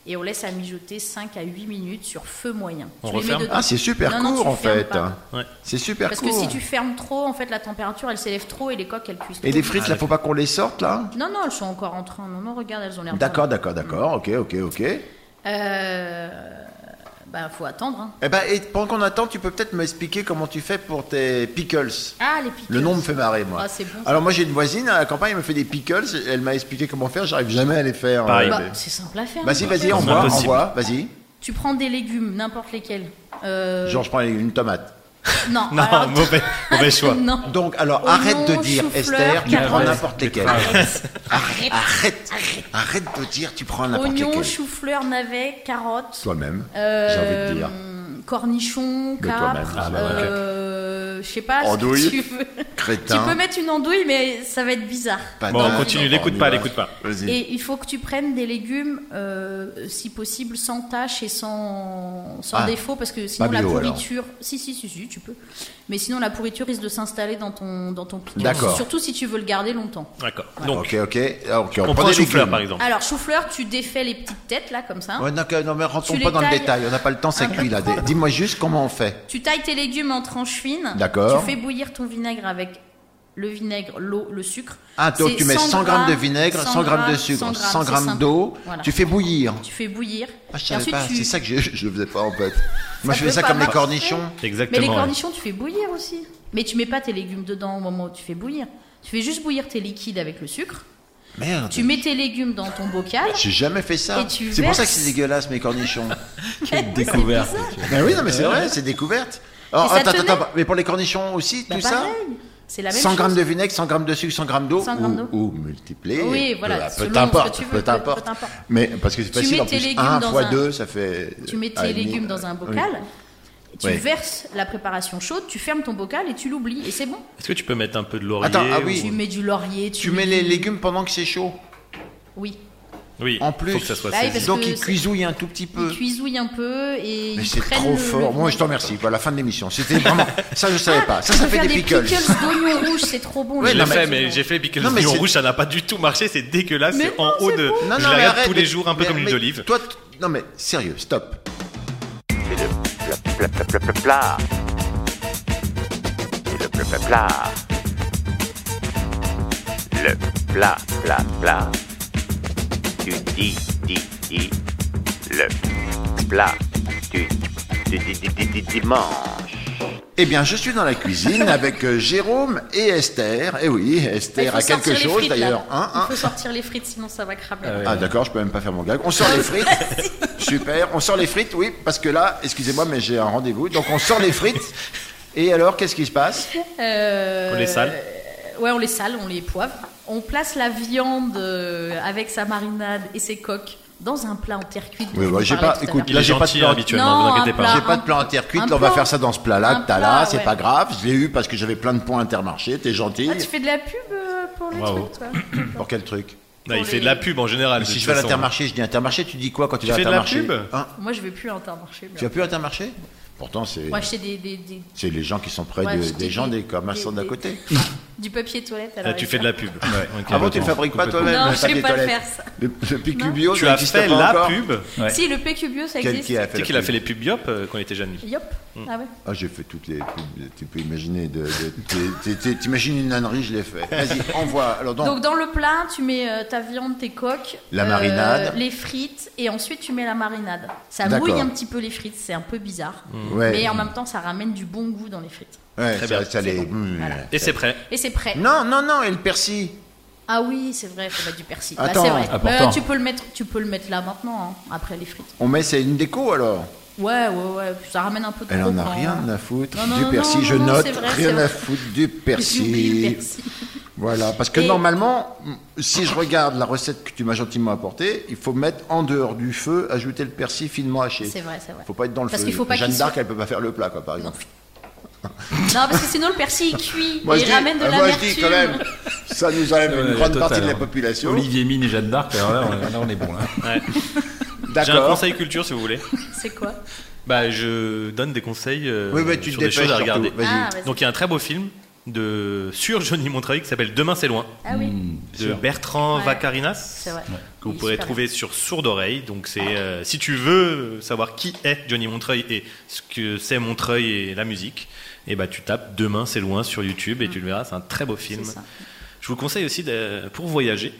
Speaker 5: Et on laisse à mijoter 5 à 8 minutes sur feu moyen.
Speaker 3: On
Speaker 5: les mets
Speaker 3: referme
Speaker 5: dedans.
Speaker 2: Ah, c'est super
Speaker 5: Non, non,
Speaker 2: court
Speaker 5: tu
Speaker 2: en
Speaker 5: fermes
Speaker 2: fait.
Speaker 5: pas.
Speaker 2: hein.
Speaker 3: Ouais.
Speaker 2: C'est super
Speaker 5: Parce que
Speaker 2: court.
Speaker 5: si tu fermes trop, en fait, la température, elle s'élève trop et les coques, elles cuisent
Speaker 2: Et
Speaker 5: trop.
Speaker 2: les frites, là, faut pas qu'on les sorte là
Speaker 5: Non, non, elles sont encore en train. Non, non, regarde, elles ont l'air.
Speaker 2: D'accord,
Speaker 5: bonnes.
Speaker 2: d'accord, d'accord, ok, ok, ok. Eh
Speaker 5: Euh. Bah, faut attendre. hein.
Speaker 2: ben, et pendant qu'on attend, tu peux peut-être m'expliquer comment tu fais pour tes pickles.
Speaker 5: Ah, les pickles.
Speaker 2: Le nom me fait marrer, moi.
Speaker 5: Ah, c'est bon. ça.
Speaker 2: Alors, moi, j'ai une voisine à la campagne, elle me fait des pickles, elle m'a expliqué comment faire, j'arrive jamais à les faire. euh,
Speaker 3: Pareil.
Speaker 5: Bah,
Speaker 2: mais-
Speaker 5: c'est simple à faire.
Speaker 2: Vas-y,
Speaker 5: hein.
Speaker 2: ben. vas-y,
Speaker 3: C'est
Speaker 2: envoie,
Speaker 3: impossible.
Speaker 2: envoie, vas-y.
Speaker 5: Tu prends des légumes, n'importe lesquels. Euh,
Speaker 2: Genre, je prends une tomate. <laughs>
Speaker 5: Non,
Speaker 3: Non,
Speaker 5: alors-
Speaker 3: mauvais, mauvais choix.
Speaker 5: <laughs> non.
Speaker 2: Donc, alors,
Speaker 5: Oignon,
Speaker 2: arrête de dire,
Speaker 5: chou-fleur,
Speaker 2: Esther, tu
Speaker 5: carottes.
Speaker 2: prends n'importe lesquels.
Speaker 5: Arrête.
Speaker 2: Arrête, arrête, arrête de dire, tu prends n'importe
Speaker 5: Oignons,
Speaker 2: lesquels.
Speaker 5: chou-fleur, navet, carottes.
Speaker 2: Toi-même, j'ai
Speaker 5: Euh,
Speaker 2: envie de dire.
Speaker 5: Cornichon,
Speaker 2: Mais
Speaker 5: capre,
Speaker 2: toi-même. Ah, bah,
Speaker 5: euh, je sais pas. ce que
Speaker 2: Andouille.
Speaker 5: tu veux. <laughs> Tu
Speaker 2: Crétin.
Speaker 5: peux mettre une andouille, mais ça va être bizarre.
Speaker 2: patate,
Speaker 3: Bon, on continue, l'écoute
Speaker 2: y
Speaker 3: pas,
Speaker 2: va.
Speaker 3: l'écoute pas.
Speaker 2: Vas-y.
Speaker 5: Et il faut que tu prennes des légumes, euh, si possible, sans tache et sans, sans
Speaker 2: Ah.
Speaker 5: défaut, parce que sinon
Speaker 2: Pas
Speaker 5: la
Speaker 2: bio, alors.
Speaker 5: pourriture. Si, si, si, si, tu peux. Mais sinon la pourriture risque de s'installer dans ton, dans ton piquet.
Speaker 2: D'accord.
Speaker 5: Surtout si tu veux le garder longtemps.
Speaker 3: D'accord. Donc,
Speaker 2: Ok, ok. Alors, ok,
Speaker 3: on
Speaker 2: prend
Speaker 3: prend des
Speaker 2: légumes.
Speaker 3: chou-fleurs par exemple.
Speaker 5: Alors, chou-fleur, tu défais les petites têtes, là, comme ça.
Speaker 2: Ouais, non, que- non, mais rentrons
Speaker 5: Tu
Speaker 2: pas
Speaker 5: les
Speaker 2: dans le
Speaker 5: tailles. Ah,
Speaker 2: détail, on n'a pas le temps, c'est cuit là. Des- Dis-moi juste comment on fait.
Speaker 5: Tu tailles tes légumes en tranches fines.
Speaker 2: D'accord.
Speaker 5: Tu fais bouillir ton vinaigre avec le vinaigre, l'eau, le sucre.
Speaker 2: Ah, donc
Speaker 5: C'est
Speaker 2: tu mets 100 grammes de vinaigre, 100 grammes de
Speaker 5: 100
Speaker 2: sucre,
Speaker 5: grammes,
Speaker 2: 100
Speaker 5: c'est
Speaker 2: grammes
Speaker 5: simple.
Speaker 2: d'eau.
Speaker 5: Voilà.
Speaker 2: Tu fais bouillir.
Speaker 5: Tu fais bouillir.
Speaker 2: Ah, je
Speaker 5: Et
Speaker 2: savais
Speaker 5: ensuite,
Speaker 2: pas,
Speaker 5: tu-
Speaker 2: c'est ça que je, je faisais pas en fait. Moi, je
Speaker 5: peut
Speaker 2: fais ça
Speaker 5: pas
Speaker 2: comme les
Speaker 5: marcher.
Speaker 2: cornichons.
Speaker 5: Mais les
Speaker 3: Exactement. ouais.
Speaker 5: cornichons, tu fais bouillir aussi. Mais tu mets pas tes légumes dedans au moment où tu fais bouillir. Tu fais juste bouillir tes liquides avec le sucre.
Speaker 2: Merde.
Speaker 5: Tu mets tes légumes dans ton bocal. <laughs>
Speaker 2: J'ai jamais fait ça.
Speaker 5: Et tu
Speaker 2: C'est pour ça que
Speaker 5: verses.
Speaker 2: c'est dégueulasse, mes
Speaker 5: <laughs>
Speaker 2: cornichons.
Speaker 5: Quelle
Speaker 4: découverte.
Speaker 2: mais oui, non, mais c'est vrai, c'est découverte. Oh,
Speaker 5: Et ça
Speaker 2: attends,
Speaker 5: tenait. Bah,
Speaker 2: attends, attends, mais pour les cornichons aussi, tout ça
Speaker 5: C'est la même
Speaker 2: 100
Speaker 5: chose.
Speaker 2: grammes de vinaigre, 100 grammes de sucre, 100 grammes d'eau,
Speaker 5: 100 grammes d'eau.
Speaker 2: ou, ou multiplié.
Speaker 5: Oui, voilà,
Speaker 2: Bah,
Speaker 5: selon
Speaker 2: peu
Speaker 5: ce que
Speaker 2: importe,
Speaker 5: tu veux,
Speaker 2: peu
Speaker 5: peu-
Speaker 2: importe.
Speaker 5: peu importe.
Speaker 2: Mais parce que c'est
Speaker 5: Tu
Speaker 2: facile,
Speaker 5: mets
Speaker 2: en
Speaker 5: tes
Speaker 2: plus,
Speaker 5: légumes
Speaker 2: 1
Speaker 5: dans
Speaker 2: fois
Speaker 5: un-
Speaker 2: 2, ça fait...
Speaker 5: Tu mets
Speaker 2: ah,
Speaker 5: tes
Speaker 2: une-
Speaker 5: légumes dans un bocal. Tu
Speaker 2: Oui.
Speaker 5: verses la préparation chaude, tu fermes ton bocal et tu l'oublies. Et c'est bon.
Speaker 3: Est-ce que tu peux mettre un peu de laurier
Speaker 2: Attends, ah
Speaker 3: ou-
Speaker 2: oui.
Speaker 5: Tu mets du laurier. Tu,
Speaker 2: Tu mets les légumes pendant que c'est chaud,
Speaker 5: Oui.
Speaker 3: Oui,
Speaker 2: en plus.
Speaker 3: Faut que ça soit
Speaker 5: Bah oui,
Speaker 3: saisi.
Speaker 5: parce
Speaker 2: Donc
Speaker 5: que
Speaker 2: ils
Speaker 5: c'est-
Speaker 2: cuisouillent un tout petit peu.
Speaker 5: Ils cuisouillent un peu
Speaker 2: Euh.
Speaker 5: et
Speaker 2: Mais
Speaker 5: ils
Speaker 2: c'est
Speaker 5: prennent
Speaker 2: trop
Speaker 5: le- Ah,
Speaker 2: fort. Moi, je t'en remercie. Voilà, fin de l'émission. C'était vraiment. Ça, je savais pas. Ça,
Speaker 5: Tu
Speaker 2: ça
Speaker 5: peux
Speaker 2: fait
Speaker 5: faire
Speaker 2: des pickles.
Speaker 5: d'oignons rouges, c'est trop bon.
Speaker 2: Ouais,
Speaker 3: Je
Speaker 2: non,
Speaker 3: l'ai
Speaker 2: mais-
Speaker 3: fait, mais j'ai fait les pickles
Speaker 2: Non, mais
Speaker 3: d'oignon
Speaker 2: c'est-
Speaker 3: rouge, ça n'a pas du tout marché, c'est dégueulasse,
Speaker 5: Mais
Speaker 3: c'est
Speaker 5: non,
Speaker 3: en haut
Speaker 5: c'est
Speaker 3: de.
Speaker 5: bon.
Speaker 2: Non, non,
Speaker 3: je la
Speaker 2: mais
Speaker 3: regarde
Speaker 2: arrête,
Speaker 3: tous les
Speaker 2: mais-
Speaker 3: jours, un peu
Speaker 2: mais-
Speaker 3: comme l'huile
Speaker 2: mais
Speaker 3: d'olive.
Speaker 2: Toi, t- non, mais sérieux, stop.
Speaker 1: C'est le pla- pla- pla- pla- pla- plat. C'est le pla- pla- plat. Le plat, plat, plat. Tu dis, dis, dis. Le plat du, du, du- du- du- du dimanche.
Speaker 2: Eh bien, je suis dans la
Speaker 5: <laughs>
Speaker 2: cuisine avec euh, Jérôme et Esther. Eh oui,
Speaker 5: Il
Speaker 2: Esther
Speaker 5: faut
Speaker 2: a quelque
Speaker 5: sortir les
Speaker 2: chose
Speaker 5: frites, là.
Speaker 2: d'ailleurs. Hein, hein.
Speaker 5: Il faut sortir les frites, sinon ça va cramer.
Speaker 2: Ah, d'accord, je peux même pas faire mon gag. On sort
Speaker 5: Ah,
Speaker 2: les frites. Super. On sort les frites, oui, parce que là, excusez-moi, mais j'ai un rendez-vous. Donc, on sort les frites. Et alors, qu'est-ce qui se passe
Speaker 5: Euh,
Speaker 3: On les sale
Speaker 5: Ouais, on les sale, on les poivre. On place la viande euh, avec sa marinade et ses coques dans un plat en terre cuite. dont
Speaker 2: Oui,
Speaker 5: je
Speaker 2: bah,
Speaker 5: vous
Speaker 2: j'ai
Speaker 5: parlais
Speaker 2: pas-
Speaker 5: tout à
Speaker 2: écoute,
Speaker 5: l'heure.
Speaker 3: Il est
Speaker 2: Là, j'ai pas de
Speaker 3: gentil
Speaker 2: plan.
Speaker 3: habituellement,
Speaker 5: Non,
Speaker 3: vous inquiétez
Speaker 5: un
Speaker 3: pas.
Speaker 2: J'ai
Speaker 5: plat.
Speaker 2: pas de plan en terre cuite,
Speaker 5: un
Speaker 2: on va
Speaker 5: plan.
Speaker 2: faire ça dans ce plat-là,
Speaker 5: Un
Speaker 2: t'as là,
Speaker 5: plat,
Speaker 2: c'est
Speaker 5: ouais.
Speaker 2: pas grave, je l'ai eu parce que j'avais plein de points intermarché, t'es gentil.
Speaker 5: Ah, tu fais de la pub euh, pour le
Speaker 3: Bravo.
Speaker 5: truc, toi
Speaker 2: Pour quel truc
Speaker 3: Non, il
Speaker 5: Pour
Speaker 3: fait de
Speaker 5: les-
Speaker 3: la pub en général. de
Speaker 2: Si je
Speaker 3: toute
Speaker 2: vais à
Speaker 3: façon.
Speaker 2: l'intermarché, je dis intermarché, tu dis quoi quand tu,
Speaker 3: Tu
Speaker 2: vas à
Speaker 3: fais de la
Speaker 2: l'intermarché
Speaker 3: pub
Speaker 2: Hein
Speaker 5: Moi, je vais plus à Intermarché. mais-
Speaker 2: Tu vas plus à l'intermarché Pourtant, c'est
Speaker 5: Moi, acheter des, des- des-
Speaker 2: c'est les gens qui sont près
Speaker 5: Ouais,
Speaker 2: de-
Speaker 5: je
Speaker 2: des
Speaker 5: dis-
Speaker 2: gens des commerçants
Speaker 5: des-
Speaker 2: d'à
Speaker 5: des-
Speaker 2: côté.
Speaker 5: du papier toilette. à
Speaker 3: Ah, tu fais de la pub. Ok, bah,
Speaker 2: Ah bon, tu
Speaker 3: d'accord.
Speaker 2: le fabriques pas toi-même
Speaker 5: Non,
Speaker 2: le
Speaker 5: je
Speaker 2: papier
Speaker 5: sais pas le
Speaker 2: toilette
Speaker 5: faire, ça.
Speaker 2: Le, le Picubio,
Speaker 3: Tu
Speaker 2: ça
Speaker 3: as
Speaker 2: n'existe
Speaker 3: fait
Speaker 2: pas
Speaker 3: la
Speaker 2: encore
Speaker 3: pub
Speaker 7: Ouais.
Speaker 5: Si, le PQBio, ça
Speaker 2: Quel
Speaker 5: existe.
Speaker 2: qui a fait
Speaker 3: C'est
Speaker 2: la
Speaker 3: qu'il a
Speaker 2: pub
Speaker 3: fait les pubs Yop euh, quand il était jeune.
Speaker 5: Yop.
Speaker 3: Hmm.
Speaker 5: Ah ouais.
Speaker 2: Ah, j'ai fait toutes les pubs, tu peux imaginer. De, de- t'es- t'es- t'es- T'imagines une ânerie, je l'ai fait.
Speaker 5: <laughs>
Speaker 2: Vas-y, envoie. Alors donc,
Speaker 5: Donc dans le plat, tu mets euh, ta viande, tes coques, euh,
Speaker 2: La marinade.
Speaker 5: les frites, et ensuite tu mets la marinade. Ça
Speaker 2: D'accord.
Speaker 5: mouille un petit peu les frites, c'est un peu bizarre,
Speaker 2: Ouais.
Speaker 5: mais en même temps ça ramène du bon goût dans les frites.
Speaker 2: ouais,
Speaker 3: très
Speaker 2: ça,
Speaker 3: bien,
Speaker 2: ça les. Mmh.
Speaker 3: Et c'est prêt.
Speaker 5: Et c'est prêt.
Speaker 2: Non, non, non, et le persil
Speaker 5: Ah oui, c'est vrai, faut mettre du persil. Bah,
Speaker 2: Attends.
Speaker 5: c'est vrai.
Speaker 7: Ah, pourtant.
Speaker 5: tu peux le mettre, tu peux le mettre là maintenant, hein, après les frites.
Speaker 2: On met, c'est une déco alors
Speaker 5: Ouais, ouais, ouais. Ça ramène un peu de.
Speaker 2: Elle en a
Speaker 5: croquant,
Speaker 2: rien
Speaker 5: hein.
Speaker 2: à foutre
Speaker 5: Non, non,
Speaker 2: du
Speaker 5: non,
Speaker 2: persil.
Speaker 5: non,
Speaker 2: je
Speaker 5: non,
Speaker 2: note
Speaker 5: c'est vrai, c'est
Speaker 2: rien
Speaker 5: vrai.
Speaker 2: à foutre du
Speaker 5: J'ai oublié
Speaker 2: persil.
Speaker 5: le persil.
Speaker 2: Voilà, parce que
Speaker 5: Et-
Speaker 2: normalement, si je regarde la recette que tu m'as gentiment apportée, il faut mettre en dehors du feu, ajouter le persil finement haché.
Speaker 5: C'est vrai, c'est vrai.
Speaker 2: Faut pas être dans le
Speaker 5: Parce
Speaker 2: feu.
Speaker 5: qu'il faut pas
Speaker 2: Jeanne
Speaker 5: qu'il
Speaker 2: d'Arc,
Speaker 5: soit-
Speaker 2: elle peut pas faire le plat, quoi, par exemple.
Speaker 5: Non, parce que sinon le persil il cuit
Speaker 2: Moi,
Speaker 5: et
Speaker 2: je
Speaker 5: il
Speaker 2: dis,
Speaker 5: ramène de
Speaker 2: euh, moi, je dis quand même,
Speaker 5: l'amertume.
Speaker 2: ça nous enlève
Speaker 7: Ouais,
Speaker 2: une grande
Speaker 7: total,
Speaker 2: partie de la
Speaker 7: hein.
Speaker 2: population.
Speaker 7: Olivier Mine et Jeanne d'Arc, alors là, on- là, on est bon là.
Speaker 3: J'ai un
Speaker 2: D'accord.
Speaker 3: conseil culture si vous voulez.
Speaker 5: <laughs> C'est quoi
Speaker 3: Bah, je donne des conseils euh,
Speaker 2: Oui, oui, tu te
Speaker 3: sur des
Speaker 2: dépêches
Speaker 3: choses à
Speaker 2: surtout.
Speaker 3: regarder.
Speaker 2: Vas-y.
Speaker 5: Ah, vas-y.
Speaker 3: Donc il y a un très beau film de sur Johnny Montreuil qui s'appelle Demain c'est loin
Speaker 5: Ah oui,
Speaker 3: de Bertrand
Speaker 5: Ouais.
Speaker 3: Vacarinas.
Speaker 5: c'est vrai.
Speaker 3: que vous
Speaker 5: Il est
Speaker 3: pourrez
Speaker 5: super
Speaker 3: trouver sur Sourde Oreille. Donc, c'est euh, si tu veux savoir qui est Johnny Montreuil et ce que c'est Montreuil et la musique, et bah tu tapes Demain c'est loin sur YouTube et tu le verras. C'est un très beau film.
Speaker 5: C'est ça.
Speaker 3: Je vous conseille aussi de- pour voyager.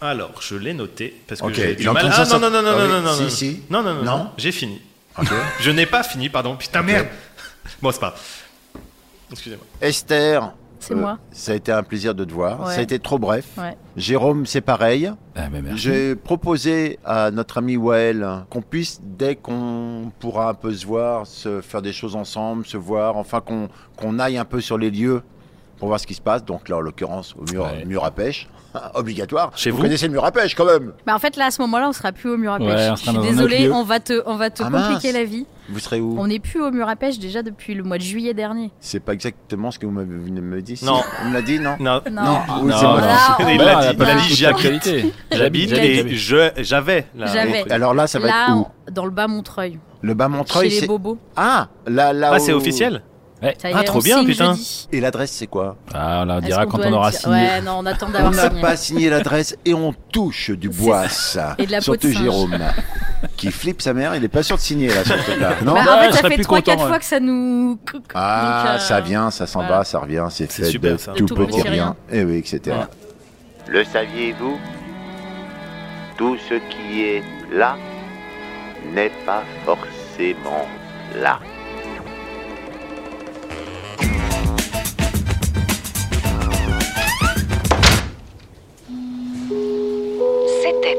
Speaker 3: Alors, je l'ai noté parce que
Speaker 2: Ok,
Speaker 3: j'ai
Speaker 2: il
Speaker 3: du
Speaker 2: est en
Speaker 3: mal.
Speaker 2: train de
Speaker 3: Ah
Speaker 2: s'en
Speaker 3: non non non non
Speaker 2: sortir. Ah
Speaker 3: non
Speaker 2: oui,
Speaker 3: non
Speaker 2: si,
Speaker 3: non.
Speaker 2: si.
Speaker 3: non non non
Speaker 2: Non
Speaker 3: non, J'ai fini.
Speaker 2: Ok.
Speaker 3: <laughs> Je n'ai pas fini, pardon. Putain merde. Bon, c'est pas. grave. Excusez-moi.
Speaker 2: Esther. euh,
Speaker 9: C'est moi.
Speaker 2: Ça a été un plaisir de te voir.
Speaker 9: Ouais.
Speaker 2: Ça a été trop bref.
Speaker 9: Ouais.
Speaker 2: Jérôme, c'est pareil.
Speaker 7: Ah, mais merci.
Speaker 2: J'ai proposé à notre ami Wael qu'on puisse, dès qu'on pourra un peu se voir, se faire des choses ensemble, se voir, enfin qu'on qu'on aille un peu sur les lieux pour voir ce qui se passe. Donc là, en l'occurrence, au mur,
Speaker 7: Ouais.
Speaker 2: mur à pêche, <laughs> obligatoire.
Speaker 3: Chez vous
Speaker 2: connaissez le mur à pêche quand même.
Speaker 9: Bah en fait là à ce moment-là on sera plus au mur à pêche.
Speaker 7: Ouais, on sera
Speaker 9: Je suis
Speaker 7: dans un autre
Speaker 9: désolée,
Speaker 7: lieu.
Speaker 9: on va te, on va te
Speaker 2: Ah,
Speaker 9: compliquer
Speaker 2: mince.
Speaker 9: la vie.
Speaker 2: Vous serez où
Speaker 9: On n'est plus au mur à pêche déjà depuis le mois de juillet dernier.
Speaker 2: C'est pas exactement ce que vous m'avez vous me dit. si
Speaker 3: Non.
Speaker 2: On me l'a dit, non ah,
Speaker 3: Non.
Speaker 9: Non.
Speaker 2: Oui, c'est moi.
Speaker 9: Voilà, on-
Speaker 3: Il l'a
Speaker 7: Ah,
Speaker 3: dit.
Speaker 7: pas
Speaker 3: Il a
Speaker 7: la
Speaker 3: dit
Speaker 7: toute
Speaker 3: j'habite.
Speaker 7: l'actualité.
Speaker 3: J'habite et je j'avais. la-
Speaker 9: J'avais.
Speaker 2: Et Alors là, ça va
Speaker 9: là
Speaker 2: être où
Speaker 9: on- dans le bas Montreuil,
Speaker 2: Le bas Montreuil,
Speaker 9: chez
Speaker 2: c'est
Speaker 9: les bobos.
Speaker 2: ah là là.
Speaker 3: Ah,
Speaker 2: où-
Speaker 3: c'est officiel
Speaker 9: Ça y
Speaker 3: Ah,
Speaker 9: est,
Speaker 3: trop
Speaker 9: on
Speaker 3: bien,
Speaker 9: signe
Speaker 3: putain.
Speaker 9: jeudi.
Speaker 2: Et l'adresse, c'est quoi
Speaker 7: Ah, on la
Speaker 9: Est-ce
Speaker 7: dira
Speaker 9: qu'on
Speaker 7: quand
Speaker 9: doit
Speaker 7: on
Speaker 9: le
Speaker 7: aura
Speaker 9: dire
Speaker 7: signé.
Speaker 9: Ouais, non, on attend
Speaker 2: On
Speaker 9: d'avoir
Speaker 2: n'a
Speaker 9: signé.
Speaker 2: pas signé l'adresse et on touche du
Speaker 9: C'est
Speaker 2: bois.
Speaker 9: Et de la peau de
Speaker 2: Surtout
Speaker 9: singe.
Speaker 2: Jérôme, qui flippe sa mère, il est pas sûr de signer là, sur ce là. Non
Speaker 9: Bah,
Speaker 7: Ah,
Speaker 9: en
Speaker 7: je
Speaker 9: fait, ça
Speaker 7: serais
Speaker 9: fait
Speaker 7: plus
Speaker 9: 3-4
Speaker 7: content,
Speaker 9: fois
Speaker 7: ouais.
Speaker 9: que ça nous.
Speaker 2: Ah,
Speaker 9: Donc, euh,
Speaker 2: ça vient, ça s'en
Speaker 9: voilà.
Speaker 2: va, ça revient, c'est
Speaker 3: C'est
Speaker 2: fait
Speaker 3: super,
Speaker 2: de
Speaker 3: ça.
Speaker 2: tout,
Speaker 9: Tout
Speaker 2: petit
Speaker 9: petit
Speaker 2: rien.
Speaker 9: rien.
Speaker 2: Et oui, etc.
Speaker 1: Le saviez-vous Tout ce qui est là n'est pas forcément là.
Speaker 10: C'était